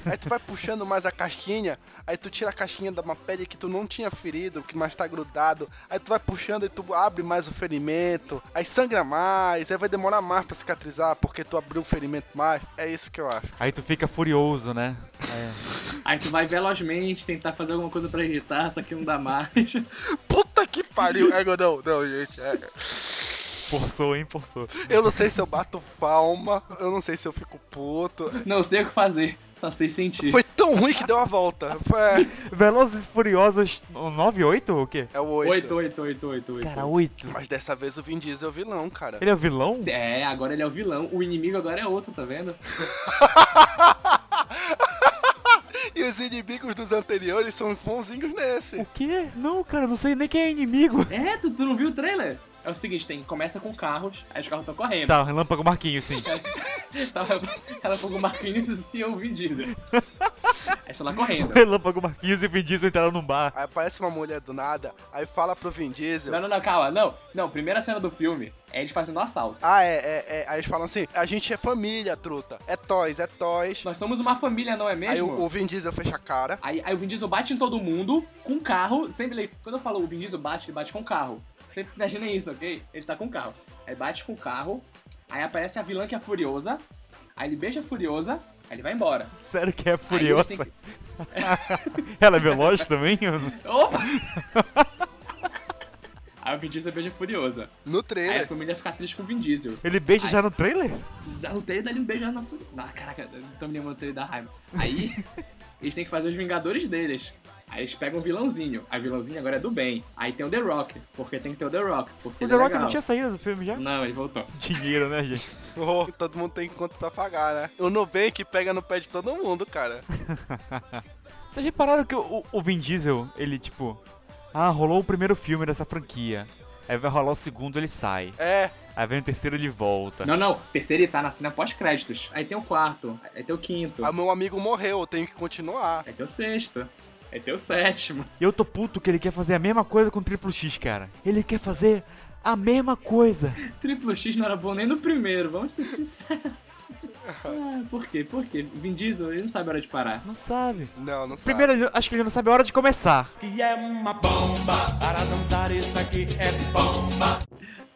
Speaker 2: Aí tu vai puxando mais a casquinha, aí tu tira a casquinha de uma pele que tu não tinha ferido, que mais tá grudado. Aí tu vai puxando e tu abre mais o ferimento, aí sangra mais, aí vai demorar mais pra cicatrizar porque tu abriu o ferimento mais. É isso que eu acho.
Speaker 3: Aí tu fica furioso, né? É.
Speaker 4: Aí tu vai velozmente tentar fazer alguma coisa pra irritar, só que não dá mais.
Speaker 2: Puta que pariu! É, não, não, gente. é.
Speaker 3: Forçou, hein? Forçou.
Speaker 2: Eu não sei se eu bato palma, eu não sei se eu fico puto.
Speaker 4: Não sei o que fazer, só sei sentir.
Speaker 2: Foi tão ruim que deu uma volta. Foi-
Speaker 3: Velozes e Furiosos o 9 8 ou o quê?
Speaker 2: É o
Speaker 4: 8,
Speaker 2: 8.
Speaker 4: 8, 8, 8, 8.
Speaker 3: Cara, 8.
Speaker 2: Mas dessa vez o Vin Diesel é o vilão, cara.
Speaker 3: Ele é o vilão?
Speaker 4: É, agora ele é o vilão. O inimigo agora é outro, tá vendo?
Speaker 2: E os inimigos dos anteriores são bonzinhos nesse.
Speaker 3: O quê? Não, cara, não sei nem quem é inimigo.
Speaker 4: É, tu, tu não viu o trailer? É o seguinte, tem, começa com carros, aí os carros estão correndo.
Speaker 3: Tá, Relâmpago Marquinhos, sim.
Speaker 4: Tava, ela foi com o Marquinhos e eu vi Diesel. Aí estão lá correndo.
Speaker 3: Relâmpago Marquinhos e Vin Diesel entraram num bar.
Speaker 2: Aí aparece uma mulher do nada, aí fala pro Vin Diesel.
Speaker 4: Não, não, não, calma, não. Não, primeira cena do filme é eles fazendo assalto.
Speaker 2: Ah, é, é, é. Aí eles falam assim: a gente é família, truta. É toys, é toys.
Speaker 4: Nós somos uma família, não é mesmo?
Speaker 2: Aí o, o Vin Diesel fecha a cara.
Speaker 4: Aí, aí o Vin Diesel bate em todo mundo com o carro. Sempre ele- quando eu falo o Vin Diesel bate, ele bate com o carro. Sempre imagina isso, ok? Ele tá com o carro. Aí bate com o carro. Aí aparece a vilã que é furiosa. Aí ele beija a furiosa. Aí ele vai embora.
Speaker 3: Sério que é
Speaker 4: Aí eles têm
Speaker 3: furiosa. Ela é veloz também?
Speaker 4: que- Opa! aí o Vin Diesel beija a furiosa.
Speaker 2: No
Speaker 4: Aí a
Speaker 2: trailer.
Speaker 4: família fica triste com o Vin Diesel.
Speaker 3: Ele beija
Speaker 4: Ai.
Speaker 3: já no trailer?
Speaker 4: Dá o trailer dele um beijo na puta. Ah, caraca, eu tô me lembrando do trailer da raiva. Aí, eles têm que fazer os Vingadores deles. Aí eles pegam um vilãozinho. A vilãozinha agora é do bem. Aí tem o The Rock, porque tem que ter o The Rock.
Speaker 3: O
Speaker 4: Porque ele
Speaker 3: The
Speaker 4: é
Speaker 3: Rock
Speaker 4: legal.
Speaker 3: não tinha saído do filme já?
Speaker 4: Não, ele voltou.
Speaker 3: Dinheiro, né, gente?
Speaker 2: Oh, todo mundo tem conta pra pagar, né? O Nubank pega no pé de todo mundo, cara.
Speaker 3: Vocês repararam que o, o Vin Diesel, ele tipo. Ah, rolou o primeiro filme dessa franquia. Aí vai rolar o segundo, ele sai.
Speaker 2: É,
Speaker 3: Aí vem o terceiro, ele volta.
Speaker 4: Não, não. Terceiro ele tá na cena pós-créditos. Aí tem o quarto. Aí tem o quinto.
Speaker 2: a meu amigo morreu, eu tenho que continuar.
Speaker 4: Aí tem o sexto. Aí tem o sétimo.
Speaker 3: E eu tô puto que ele quer fazer a mesma coisa com o Triple X, cara. Ele quer fazer a mesma coisa.
Speaker 4: Triplo X não era bom nem no primeiro, vamos ser sinceros. Ah, por quê? Por quê? Vin Diesel, ele não sabe a hora de parar.
Speaker 3: Não sabe.
Speaker 2: Não, não sabe.
Speaker 3: Primeiro, ele- acho que ele não sabe a hora de começar.
Speaker 5: Que é uma bomba para dançar, isso aqui é bomba.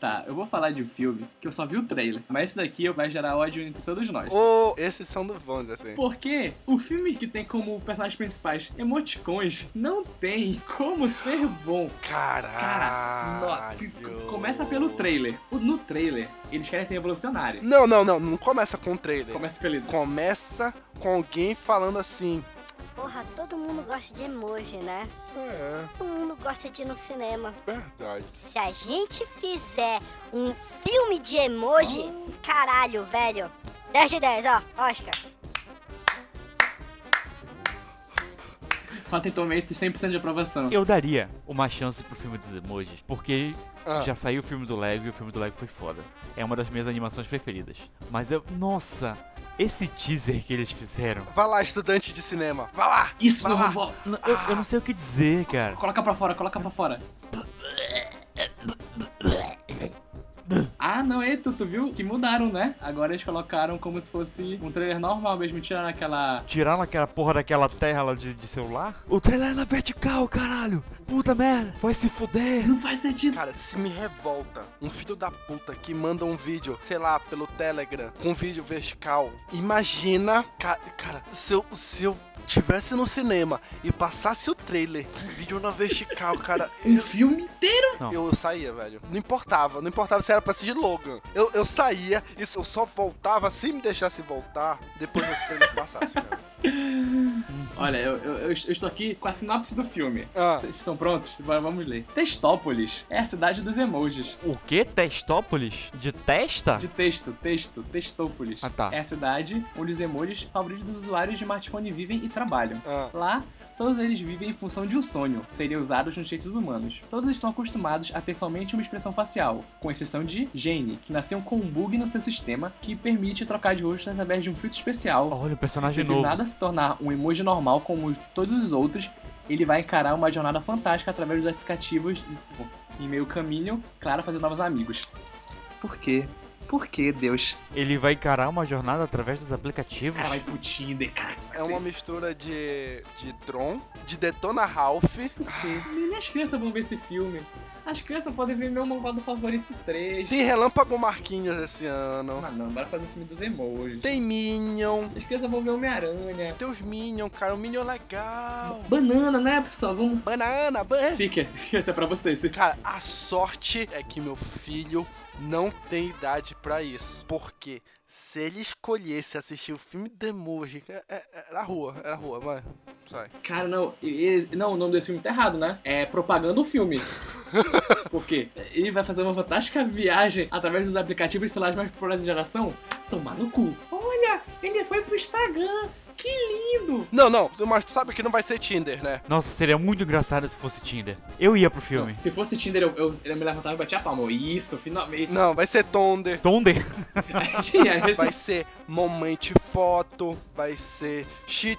Speaker 4: Tá, eu vou falar de um filme que eu só vi o trailer, mas esse daqui vai gerar ódio entre todos nós.
Speaker 2: Ô, esses são dos bons, assim.
Speaker 4: Porque o filme que tem como personagens principais emoticons não tem como ser bom. Cara, no-
Speaker 2: Caralho.
Speaker 4: c- c- começa pelo trailer. O- No trailer, eles querem ser revolucionários.
Speaker 2: Não, não, não, não começa Hum. com o trailer.
Speaker 4: Começa pelo.
Speaker 2: Começa com alguém falando assim.
Speaker 7: Porra, todo mundo gosta de emoji, né?
Speaker 2: É,
Speaker 7: Todo mundo gosta de ir no cinema.
Speaker 2: verdade.
Speaker 7: Se a gente fizer um filme de emoji, caralho, velho. 10 de 10, ó, Oscar.
Speaker 4: Rotten Tomatoes 100% de aprovação.
Speaker 3: Eu daria uma chance pro filme dos emojis, porque
Speaker 2: Ah.
Speaker 3: já saiu o filme do Lego e o filme do Lego foi foda. É uma das minhas animações preferidas. Mas eu. Nossa! Esse teaser que eles fizeram.
Speaker 2: Vai lá, estudante de cinema. Vai lá.
Speaker 4: Isso,
Speaker 2: vai
Speaker 4: meu
Speaker 2: lá.
Speaker 4: robô!
Speaker 3: N- Eu, eu não sei o que dizer, cara.
Speaker 4: Coloca pra fora, coloca pra fora. Ah, não, e tu, tu viu que mudaram, né? Agora eles colocaram como se fosse um trailer normal mesmo, tiraram aquela
Speaker 3: Tiraram aquela porra daquela terra lá de, de celular? O trailer é na vertical, caralho! Puta merda! Vai se fuder!
Speaker 4: Não faz sentido.
Speaker 2: Cara, se me revolta um filho da puta que manda um vídeo, sei lá, pelo Telegram, com um vídeo vertical. Imagina, ca- cara, se eu, se eu tivesse no cinema e passasse o trailer, um vídeo na vertical, cara,
Speaker 4: Um filme inteiro?
Speaker 2: eu saía, velho. Não importava, não importava se era pra assistir Logan. Eu, eu saía e eu só voltava se me deixasse voltar depois desse trailer passasse, cara.
Speaker 4: Olha, eu, eu, eu- eu estou aqui com a sinopse do filme.
Speaker 2: Ah,
Speaker 4: Vocês estão prontos? Vai- Vamos ler. Testópolis é a cidade dos emojis.
Speaker 3: O que? Testópolis? De testa?
Speaker 4: De texto, texto, Testópolis.
Speaker 3: Ah, tá.
Speaker 4: É a cidade onde os emojis favoritos dos usuários de smartphone vivem e trabalham.
Speaker 2: ah.
Speaker 4: Lá, todos eles vivem em função de um sonho, serem usados nos jeitos humanos. Todos estão acostumados a ter somente uma expressão facial, com exceção de Jane, que nasceu com um bug no seu sistema que permite trocar de rosto através de um filtro especial
Speaker 3: Olha o personagem
Speaker 4: Se
Speaker 3: novo.
Speaker 4: nada se tornar um emoji normal como todos os outros, ele vai encarar uma jornada fantástica através dos aplicativos e, bom, em meio caminho, claro, fazer novos amigos. Por quê? Por que, Deus?
Speaker 3: Ele vai encarar uma jornada através dos aplicativos?
Speaker 4: Cara, vai pro Tinder, cara.
Speaker 2: É uma mistura de, de Tron, de Detona Ralph.
Speaker 4: Nem Ah, as crianças vão ver esse filme. As crianças podem ver meu malvado favorito 3.
Speaker 2: Tem Relâmpago Marquinhos esse ano.
Speaker 4: Ah, não, bora fazer o filme dos emojis.
Speaker 2: Tem Minion.
Speaker 4: As crianças vão ver Homem-Aranha.
Speaker 2: Tem os Minion, cara. O Minion é legal.
Speaker 4: Banana, né, pessoal? Vamos.
Speaker 2: Banana, banana.
Speaker 4: Sicker, esse é pra você, Sicker.
Speaker 2: Cara, a sorte é que meu filho não tem idade pra isso. Porque se ele escolhesse assistir o filme Demoji, é- é- era rua, era rua, vai. Sai.
Speaker 4: Cara, não, ele- não, o nome desse filme tá errado, né? É propaganda o filme. Porque ele vai fazer uma fantástica viagem através dos aplicativos celulares mais populares da geração? Tomar no cu. Olha, ele foi pro Instagram. que lindo!
Speaker 2: Não, não, mas tu sabe que não vai ser Tinder, né?
Speaker 3: Nossa, seria muito engraçado se fosse Tinder. Eu ia pro filme.
Speaker 4: Se fosse Tinder, eu, eu- eu me levantava e batia a palma. Isso, finalmente.
Speaker 2: Não, vai ser Tonder.
Speaker 3: Tonder?
Speaker 4: Tinha esse-
Speaker 2: Vai ser Momente Foto, vai ser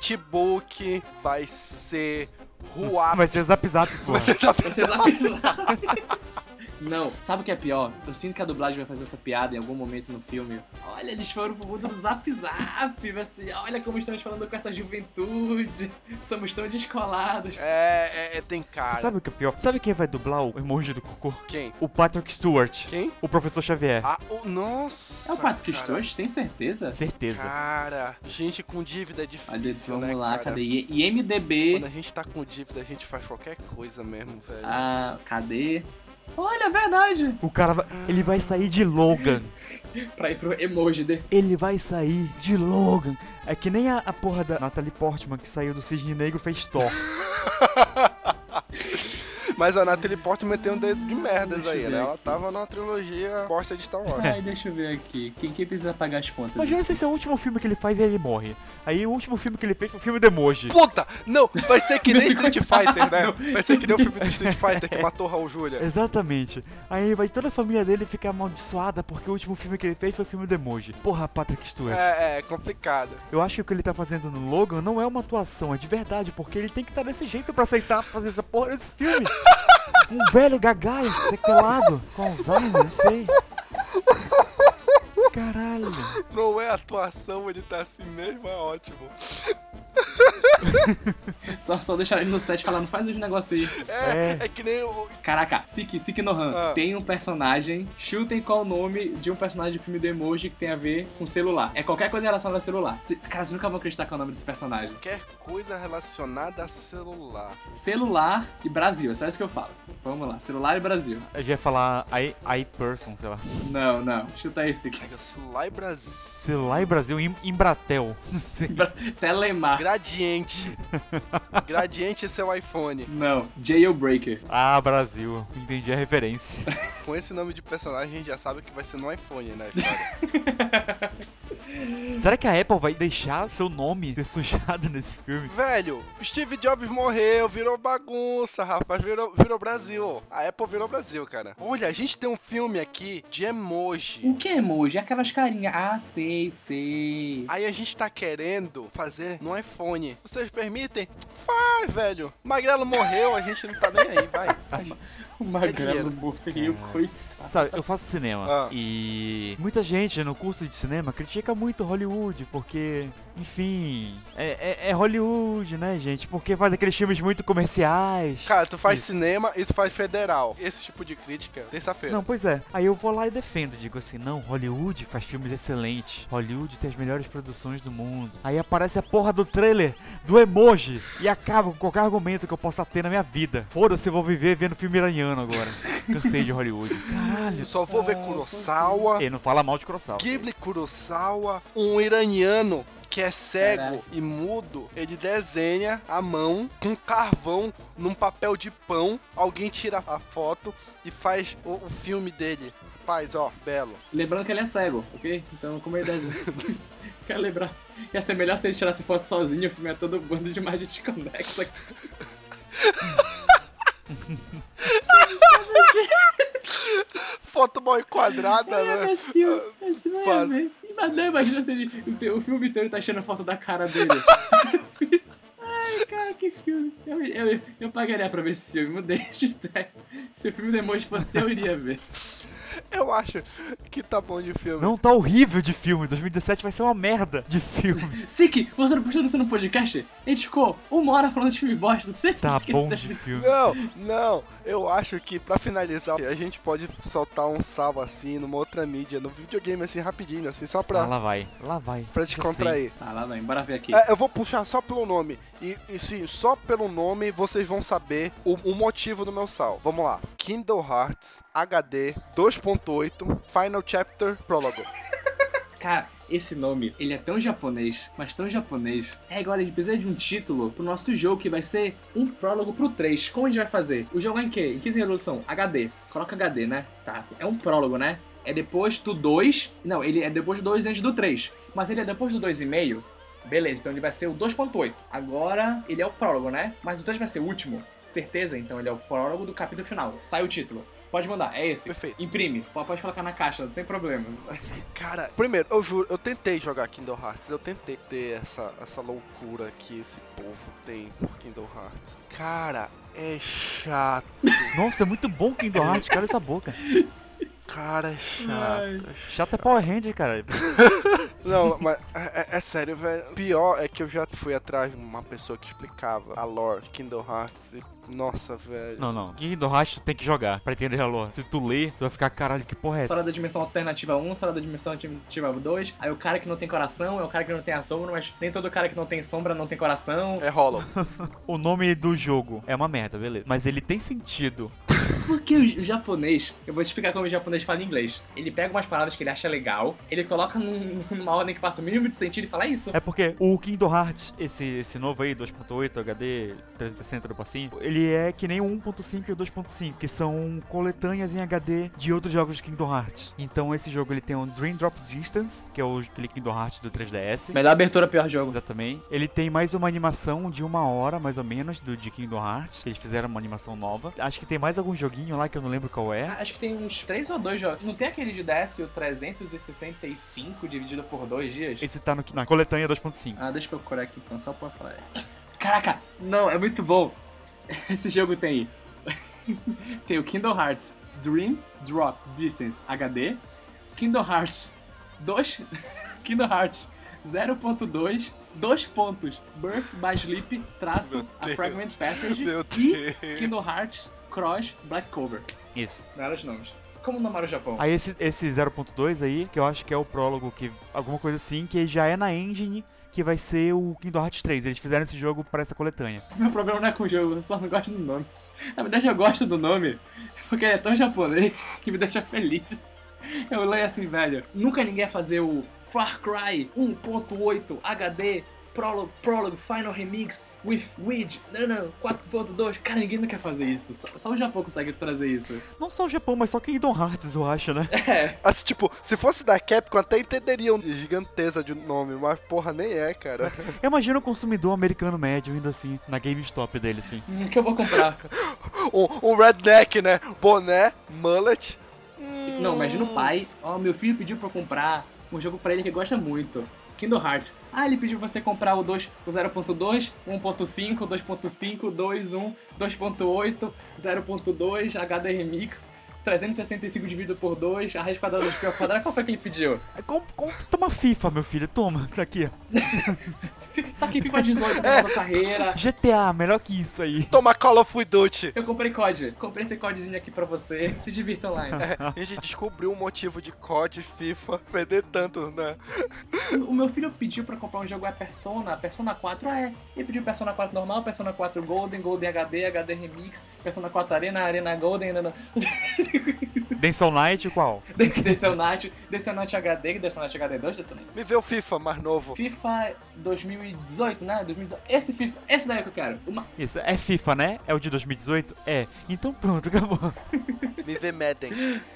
Speaker 2: Cheatbook, vai ser tá Ruap.
Speaker 3: Ah, Vai ser zap zap, pô.
Speaker 2: Vai ser Zap
Speaker 4: Vocês avisaram. Não, sabe o que é pior? Eu sinto que a dublagem vai fazer essa piada em algum momento no filme. Olha, eles foram pro mundo do zap zap. vai ser, Olha como estamos falando com essa juventude. Somos tão descolados.
Speaker 2: É, é, é, tem cara.
Speaker 3: Você sabe o que é pior? Sabe quem vai dublar o emoji do cocô?
Speaker 2: Quem?
Speaker 3: O Patrick Stewart.
Speaker 2: Quem?
Speaker 3: O professor Xavier.
Speaker 2: Ah, o- nossa.
Speaker 4: É o Patrick
Speaker 2: cara.
Speaker 4: Stewart, tem certeza?
Speaker 3: Certeza.
Speaker 2: Cara, gente com dívida é
Speaker 4: Olha isso,
Speaker 2: difícil,
Speaker 4: vamos
Speaker 2: né,
Speaker 4: lá,
Speaker 2: cara?
Speaker 4: cadê? I-
Speaker 2: Quando
Speaker 4: IMDB.
Speaker 2: a gente tá com dívida, a gente faz qualquer coisa mesmo, velho.
Speaker 4: Ah, cadê? Olha, é verdade.
Speaker 3: O cara vai. Ele vai sair de Logan.
Speaker 4: Pra ir pro emoji de...
Speaker 3: Ele vai sair de Logan. É que nem a, a porra da Natalie Portman que saiu do Cisne Negro fez Thor.
Speaker 2: Mas a Natalie Portman tem um dedo de merdas
Speaker 4: Deixa eu
Speaker 2: aí,
Speaker 4: ver
Speaker 2: né? Ela
Speaker 4: aqui. É.
Speaker 2: tava numa trilogia bosta de Star Wars.
Speaker 4: Ai, deixa eu ver aqui. Quem, quem precisa pagar as contas?
Speaker 3: Imagina se esse é o último filme que ele faz e ele morre. Aí o último filme que ele fez foi o filme do emoji.
Speaker 2: Puta! Não, vai ser que nem Street Fighter, né? Vai ser que nem o filme do Street Fighter que matou Raul Júlia.
Speaker 3: Exatamente. Aí vai toda a família dele ficar amaldiçoada porque o último filme que ele fez foi o filme do emoji. Porra, Patrick Stewart.
Speaker 2: É, é complicado.
Speaker 3: Eu acho que o que ele tá fazendo no Logan não é uma atuação, é de verdade, porque ele tem que estar desse jeito pra aceitar fazer essa porra desse filme. Um velho gagai, sequelado, com Alzheimer, não sei. Caralho.
Speaker 2: Não é atuação, ele tá assim mesmo, é ótimo.
Speaker 4: Só, só deixar ele no set falando, faz os negócios aí.
Speaker 2: É, é, que nem o.
Speaker 4: Caraca, Siki, Siki Nohan,
Speaker 2: Ah.
Speaker 4: tem um personagem, chutem qual o nome de um personagem do filme do emoji que tem a ver com celular. É qualquer coisa relacionada a celular. C- Cara, vocês nunca vão acreditar que é o nome desse personagem.
Speaker 2: Qualquer coisa relacionada a celular.
Speaker 4: Celular e Brasil, é só isso que eu falo. Vamos lá, celular e Brasil.
Speaker 3: Eu já ia falar I, I person, sei lá.
Speaker 4: Não, não, chuta aí, Siki.
Speaker 2: Pega celular e Brasil.
Speaker 3: Sei lá, em Brasil, em, Embratel. Não sei.
Speaker 4: Bra- Telemar.
Speaker 2: Gradiente. Gradiente esse é o iPhone.
Speaker 4: Não, Jailbreaker.
Speaker 3: Ah, Brasil. Entendi a referência.
Speaker 2: Com esse nome de personagem a gente já sabe que vai ser no iPhone, né? cara?
Speaker 3: Será que a Apple vai deixar seu nome ser sujado nesse filme?
Speaker 2: Velho, Steve Jobs morreu, virou bagunça, rapaz, virou, virou Brasil. A Apple virou Brasil, cara. Olha, a gente tem um filme aqui de emoji.
Speaker 4: O que é emoji? É Aquelas carinhas. Ah, sei, sei.
Speaker 2: Aí a gente tá querendo fazer no iPhone. Vocês permitem? Faz, velho. Magrelo morreu, a gente não tá nem aí, vai.
Speaker 4: O
Speaker 2: é dinheiro.
Speaker 4: magrelo morreu, coitado.
Speaker 3: Sabe, eu faço cinema
Speaker 2: Ah.
Speaker 3: e muita gente no curso de cinema critica muito Hollywood porque, enfim, é, é- é Hollywood, né, gente? Porque faz aqueles filmes muito comerciais.
Speaker 2: Cara, tu faz
Speaker 3: Isso.
Speaker 2: cinema e tu faz federal. Esse tipo de crítica, terça-feira.
Speaker 3: Não, pois é. Aí eu vou lá e defendo. Digo assim, não, Hollywood faz filmes excelentes. Hollywood tem as melhores produções do mundo. Aí aparece a porra do trailer, do emoji, e acaba com qualquer argumento que eu possa ter na minha vida. Foda-se, eu vou viver vendo filme iraniano agora. Cansei de Hollywood. Caralho.
Speaker 2: Eu só vou ver Kurosawa.
Speaker 3: E não fala mal de Kurosawa.
Speaker 2: Ghibli Kurosawa, um iraniano que é cego
Speaker 4: Caraca.
Speaker 2: e mudo, ele desenha à mão com carvão num papel de pão. Alguém tira a foto e faz o, o filme dele. Faz, ó, belo.
Speaker 4: Lembrando que ele é cego, ok? Então, como é ideia. Quero lembrar. Ia ser melhor se ele tirasse foto sozinho, o filme é todo bando de magia desconexa.
Speaker 2: Foto mal enquadrada,
Speaker 4: É,
Speaker 2: né?
Speaker 4: mas tio, mas não é,
Speaker 2: Fala.
Speaker 4: velho. Mas não, imagina se ele, o, teu- o filme inteiro tá achando foto da cara dele. Ai, cara, que filme. Eu, eu, eu pagaria pra ver esse filme, mudei de ideia. Se o filme do emoji fosse, eu iria ver.
Speaker 2: Eu acho que tá bom de filme.
Speaker 3: Não, tá horrível de filme. 2017 vai ser uma merda de filme.
Speaker 4: Siki, você não postou isso no podcast? A gente ficou uma hora falando de filme bosta.
Speaker 3: Tá bom de filme.
Speaker 2: Não, não, eu acho que pra finalizar, a gente pode soltar um salvo assim numa outra mídia, no videogame assim rapidinho, assim, só
Speaker 3: Ah,
Speaker 2: pra,
Speaker 3: lá vai, lá vai.
Speaker 2: pra te
Speaker 3: Já sei.
Speaker 2: contrair.
Speaker 4: Tá lá, não, bora ver aqui.
Speaker 2: É, eu vou puxar só pelo nome. E, e sim, só pelo nome vocês vão saber o, o motivo do meu sal. Vamos lá. Kindle Hearts HD 2.8 Final Chapter Prólogo.
Speaker 4: Cara, esse nome, ele é tão japonês, mas tão japonês. É agora, a gente precisa de um título pro nosso jogo que vai ser um prólogo pro 3. Como a gente vai fazer? O jogo é em quê? Em 15 resolução? HD. Coloca HD, né? Tá. É um prólogo, né? É depois do 2. Não, ele é depois do 2 antes do 3. Mas ele é depois do 2,5. Beleza, então ele vai ser o 2.8. Agora ele é o prólogo, né? Mas o 3 vai ser o último. Certeza, então ele é o prólogo do capítulo final. Tá aí o título. Pode mandar, é esse.
Speaker 2: Perfeito.
Speaker 4: Imprime, pode colocar na caixa, sem problema.
Speaker 2: Cara, primeiro, eu juro, eu tentei jogar Kingdom Hearts, eu tentei ter essa, essa loucura que esse povo tem por Kingdom Hearts. Cara, é chato,
Speaker 3: Nossa, é muito bom Kingdom Hearts, cara, essa boca.
Speaker 2: cara, é chato.
Speaker 3: Chato é Power Ranger, cara.
Speaker 2: Não, mas é, é- é sério, velho. Pior é que eu já fui atrás de uma pessoa que explicava a lore de Kingdom Hearts e, nossa, velho.
Speaker 3: Não, não. Kingdom Hearts tu tem que jogar pra entender a lore. Se tu ler, tu vai ficar, caralho, que porra é essa?
Speaker 4: Sala da dimensão alternativa 1, sala da dimensão alternativa 2. Aí o cara que não tem coração é o cara que não tem a sombra, mas nem todo cara que não tem sombra não tem coração.
Speaker 2: É Hollow.
Speaker 3: O nome do jogo é uma merda, beleza. Mas ele tem sentido.
Speaker 4: Porque o japonês, eu vou te explicar como o japonês fala inglês. Ele pega umas palavras que ele acha legal, ele coloca num- numa ordem que faça o mínimo de sentido e fala "É isso.
Speaker 3: É porque o Kingdom Hearts, esse, esse novo aí, 2.8 HD 360 do passinho, ele é que nem o 1.5 e o 2.5, que são coletâneas em HD de outros jogos de Kingdom Hearts. Então esse jogo ele tem um Dream Drop Distance, que é o aquele Kingdom Hearts do 3DS.
Speaker 4: Melhor abertura, pior jogo.
Speaker 3: Exatamente. Ele tem mais uma animação de uma hora, mais ou menos, do de Kingdom Hearts. que Eles fizeram uma animação nova. Acho que tem mais algum joguinho lá que eu não lembro qual é.
Speaker 4: Ah, Acho que tem uns 3 ou 2 jogos. Não tem aquele de DS, o 365 dividido por 2 dias?
Speaker 3: Esse tá no, na coletânea 2.5.
Speaker 4: Ah, deixa eu procurar aqui então, só pra falar. Caraca, não, é muito bom. Esse jogo tem. tem o Kingdom Hearts Dream Drop Distance HD, Kingdom Hearts 2, Kingdom Hearts 0.2, 2 pontos, Birth by Sleep, traço, a Fragment Passage
Speaker 2: Meu
Speaker 4: e
Speaker 2: Deus.
Speaker 4: Kingdom Hearts Cross Black Cover.
Speaker 3: Isso.
Speaker 4: Vários nomes. Como nomar o Japão?
Speaker 3: Aí esse, esse 0.2 aí, que eu acho que é o prólogo, que alguma coisa assim, que já é na engine que vai ser o Kingdom Hearts 3. Eles fizeram esse jogo pra essa coletânea.
Speaker 4: Meu problema não é com o jogo, eu só não gosto do nome. Na verdade, eu gosto do nome porque ele é tão japonês que me deixa feliz. Eu leio assim, velho. Nunca ninguém ia fazer o Far Cry 1.8 HD Prologue, Prologue Final Remix with Weed. Não, não, 4.2. Cara, ninguém não quer fazer isso. Só, só o Japão consegue trazer isso.
Speaker 3: Não só o Japão, mas só Kingdom Hearts, eu acho, né?
Speaker 2: Assim, tipo, se fosse da Capcom, até entenderia um giganteza de nome, mas porra, nem é, cara.
Speaker 3: Eu imagino o consumidor americano médio indo assim, na GameStop dele, assim.
Speaker 4: Hum, que eu vou comprar.
Speaker 2: Um, um redneck, né? Boné, mullet.
Speaker 4: Não, imagina o pai. Ó, meu filho pediu pra eu comprar um jogo pra ele que gosta muito. Kingdom Hearts. Ah, ele pediu pra você comprar o 2, o 0.2, 1.5, 2.5, 2, 1, 2.8, 0.2, HD Remix, 365 dividido por 2, a raiz quadrada 2 pi ao quadrado. Qual foi que ele pediu?
Speaker 3: É como- como- toma FIFA, meu filho, toma. Tá aqui, ó.
Speaker 4: Tá aqui FIFA 18, tá na carreira.
Speaker 3: GTA, melhor que isso aí.
Speaker 2: Toma Call of Duty.
Speaker 4: Eu comprei COD. Comprei esse CODzinho aqui pra você. Se então. divirta online.
Speaker 2: É, a gente descobriu o motivo de COD, FIFA, perder tanto, né?
Speaker 4: O meu filho pediu pra comprar um jogo é Persona, Persona 4, ah é. Ele pediu Persona 4 normal, Persona 4 Golden, Golden HD, HD Remix, Persona 4 Arena, Arena Golden, né, Arena...
Speaker 3: Denzel Knight, qual?
Speaker 4: Desceu Night, Desceu Night HD, Desceu Night HD 2, Desceu Night...
Speaker 2: Me vê o FIFA mais novo.
Speaker 4: é FIFA 2018, né? 2018. Esse FIFA, esse daí é que eu quero. Uma-
Speaker 3: Isso, é FIFA, né? É o de 2018? É. Então pronto, acabou.
Speaker 2: Me vê Madden.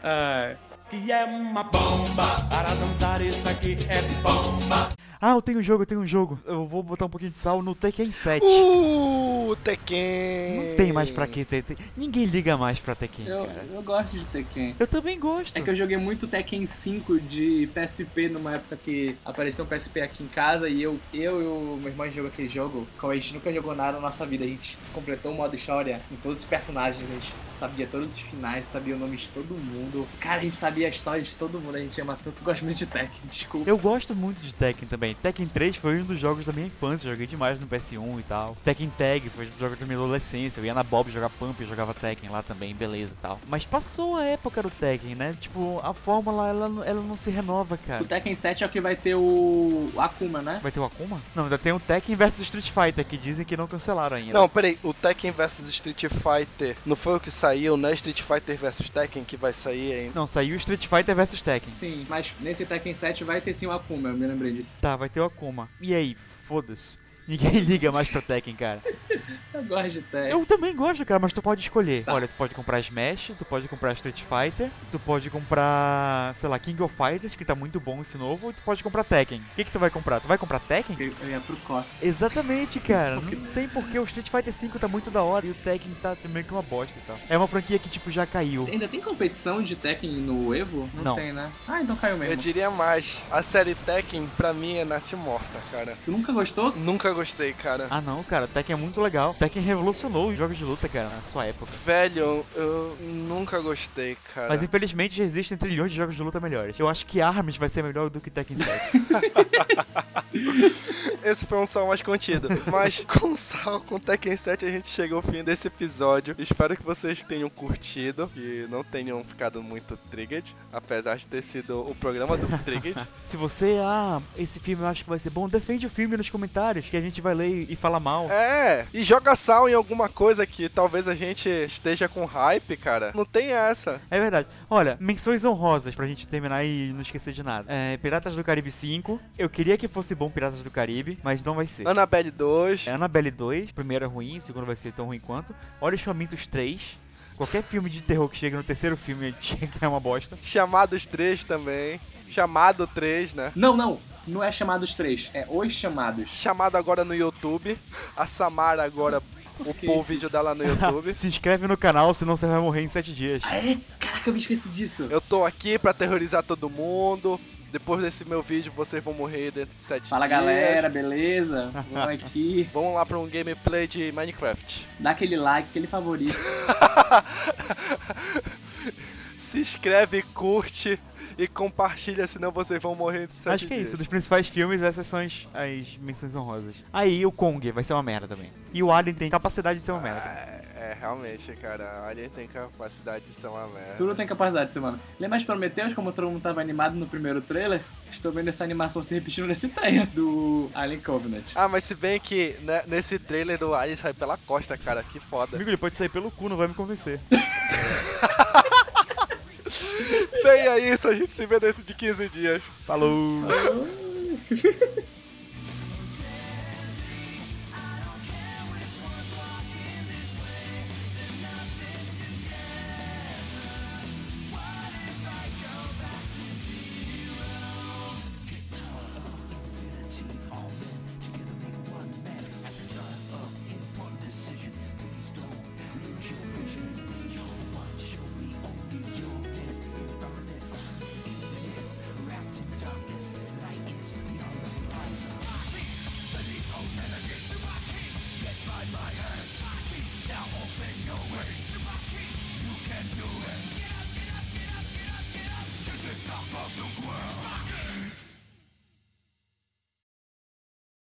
Speaker 5: Que é uma bomba, para dançar isso aqui é bomba.
Speaker 3: Ah, eu tenho um jogo, eu tenho um jogo. Eu vou botar um pouquinho de sal no Tekken 7.
Speaker 2: Uh, Tekken.
Speaker 3: Não tem mais pra que ter. ter- Ninguém liga mais pra Tekken,
Speaker 4: Eu,
Speaker 3: cara.
Speaker 4: eu gosto de Tekken.
Speaker 3: Eu também gosto.
Speaker 4: É que eu joguei muito Tekken 5 de PSP numa época que apareceu um PSP aqui em casa e eu, eu e o meu irmão jogou aquele jogo, como a gente nunca jogou nada na nossa vida. A gente completou o modo história em todos os personagens, a gente sabia todos os finais, sabia o nome de todo mundo. Cara, a gente sabia a história de todo mundo, a gente ama tanto. Eu Gosto muito de Tekken, desculpa.
Speaker 3: Eu gosto muito de Tekken também. Tekken 3 foi um dos jogos da minha infância, eu joguei demais no PS1 e tal. Tekken Tag foi um dos jogos da minha adolescência. Eu ia na Bob jogar Pump e jogava Tekken lá também, beleza e tal. Mas passou a época do Tekken, né? Tipo, a fórmula ela, não- ela não se renova,
Speaker 4: O
Speaker 3: cara.
Speaker 4: Tekken 7 é o que vai ter o o Akuma, né?
Speaker 3: Vai ter o Akuma? Não, ainda tem o Tekken vs Street Fighter que dizem que não cancelaram ainda.
Speaker 2: Não, peraí, o Tekken vs Street Fighter não foi o que saiu, né? Street Fighter vs Tekken que vai sair ainda.
Speaker 3: Não, saiu Street Fighter vs Tekken.
Speaker 4: Sim, mas nesse Tekken 7 vai ter sim o Akuma, eu me lembrei disso.
Speaker 3: Tá, vai ter o Akuma. E aí, foda-se. Ninguém liga mais pra Tekken, cara.
Speaker 4: Eu gosto de Tekken.
Speaker 3: Eu também gosto, cara, mas tu pode escolher. Olha, tu pode comprar Smash, tu pode comprar Street Fighter, tu pode comprar, sei lá, King of Fighters, que tá muito bom esse novo, ou tu pode comprar Tekken. O que que tu vai comprar? Tu vai comprar Tekken?
Speaker 4: Eu, eu ia pro KOF.
Speaker 3: Exatamente, cara. Não tem porquê. O Street Fighter V tá muito da hora e o Tekken tá meio que uma bosta e tal. É uma franquia que, tipo, já caiu.
Speaker 4: Ainda tem competição de Tekken no Evo? Não,
Speaker 3: Não.
Speaker 4: tem, né? Ah, então caiu
Speaker 2: Eu
Speaker 4: mesmo.
Speaker 2: diria mais, a série Tekken pra mim é Nath Morta, cara.
Speaker 4: Tu nunca gostou?
Speaker 2: Nunca gostei, cara.
Speaker 3: Ah, não, cara. Tekken é muito legal. Tekken revolucionou os jogos de luta, cara, na sua época.
Speaker 2: Velho, eu nunca gostei, cara.
Speaker 3: Mas infelizmente já existem trilhões de jogos de luta melhores. Eu acho que Arms vai ser melhor do que Tekken 7.
Speaker 2: Esse foi um sal mais contido. Mas com sal, com Tekken 7, a gente chega ao fim desse episódio. Espero que vocês tenham curtido e não tenham ficado muito triggered, apesar de ter sido o programa do Triggered.
Speaker 3: Se você, ah, esse filme eu acho que vai ser bom, defende o filme nos comentários, que a gente vai ler e fala mal.
Speaker 2: É, e joga sal em alguma coisa que talvez a gente esteja com hype, cara. Não tem essa.
Speaker 3: É verdade. Olha, menções honrosas pra gente terminar e não esquecer de nada. É, Piratas do Caribe 5. Eu queria que fosse bom Piratas do Caribe, mas não vai ser.
Speaker 2: Annabelle 2.
Speaker 3: É Annabelle 2, primeiro é ruim, o segundo vai ser tão ruim quanto. Olha os Famintos 3. Qualquer filme de terror que chega no terceiro filme chega é uma bosta.
Speaker 2: Chamados 3 também. Chamado 3, né?
Speaker 4: Não, não. Não é Chamados 3. É Os Chamados.
Speaker 2: Chamado agora no YouTube. A Samara agora upou o
Speaker 4: isso?
Speaker 2: vídeo dela no YouTube.
Speaker 3: Se inscreve no canal, senão você vai morrer em 7 dias.
Speaker 4: Ah, é? Caraca, eu me esqueci disso.
Speaker 2: Eu tô aqui pra terrorizar todo mundo. Depois desse meu vídeo, vocês vão morrer dentro de 7
Speaker 4: Fala galera, beleza? Vamos aqui.
Speaker 2: Vamos lá pra um gameplay de Minecraft.
Speaker 4: Dá aquele like, aquele favorito.
Speaker 2: Se inscreve, curte e compartilha, senão vocês vão morrer dentro de 7
Speaker 3: Acho que é isso. Dos principais filmes, essas são as, as menções honrosas. Aí o Kong vai ser uma merda também. E o Alien tem capacidade de ser uma merda. também.
Speaker 2: É, é, realmente, cara. Alien tem capacidade de ser uma merda.
Speaker 4: Tudo tem capacidade, semana. Lembra de Prometheus, como todo mundo tava animado no primeiro trailer? Estou vendo essa animação se repetindo nesse trailer do Alien Covenant.
Speaker 2: Ah, mas se bem que né, nesse trailer do Alien sai pela costa, cara. Que foda.
Speaker 3: Amigo, ele pode sair pelo cu, não vai me convencer.
Speaker 2: Bem, é isso. A gente se vê dentro de 15 dias.
Speaker 3: Falou!